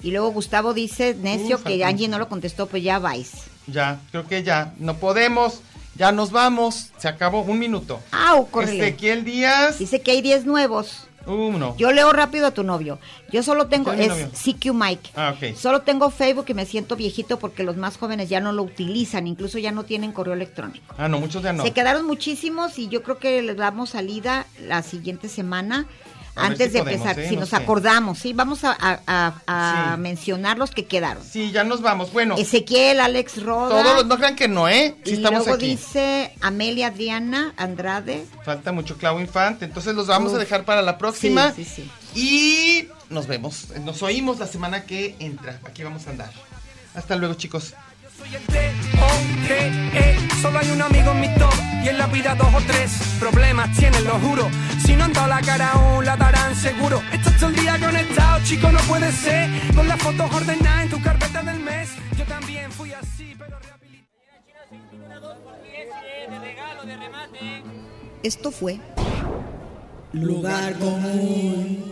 Y luego Gustavo dice, necio,
Uf,
que
Arturo.
Angie no lo contestó, pues ya vais.
ya, creo que ya, no podemos, ya nos vamos, se acabó un minuto.
Au, Ah, oh, córrele.
Ezequiel Díaz,
Dice que hay 10 nuevos.
uno.
Yo leo rápido a tu novio. Yo solo tengo,
¿Quién es
es
mi
CQ Mike.
Ah, ok.
Solo tengo Facebook y me siento viejito porque los más jóvenes ya no lo utilizan, incluso ya no tienen correo electrónico.
Ah, no, muchos ya no.
Se quedaron muchísimos y yo creo que les damos salida la siguiente semana.
A ver
Antes
si
de
podemos,
empezar,
¿eh?
si
No
nos
sé.
acordamos, sí, vamos a, a- a- a
Sí.
mencionar los que quedaron.
Sí, ya nos vamos. Bueno,
Ezequiel, Alex Roda.
todos los- no crean que no, ¿eh? Sí
y
estamos
luego
aquí.
dice Amelia Diana Andrade.
Falta mucho Clau Infante, entonces los vamos a
Uf.
dejar para la próxima.
Sí, sí,
Y nos vemos, nos oímos la semana que entra. Aquí vamos a andar. Hasta luego, chicos.
Soy el T.O.T.E.. Oh, eh, Solo hay un amigo en mi top y en la vida dos o tres problemas tienen, lo juro. Si no han dado la cara aún, la darán seguro. Estás todo el día conectado, chico, no puede ser. Con las fotos ordenadas en tu carpeta del mes. Yo también fui así, pero rehabilité.
Esto fue
Lugar común.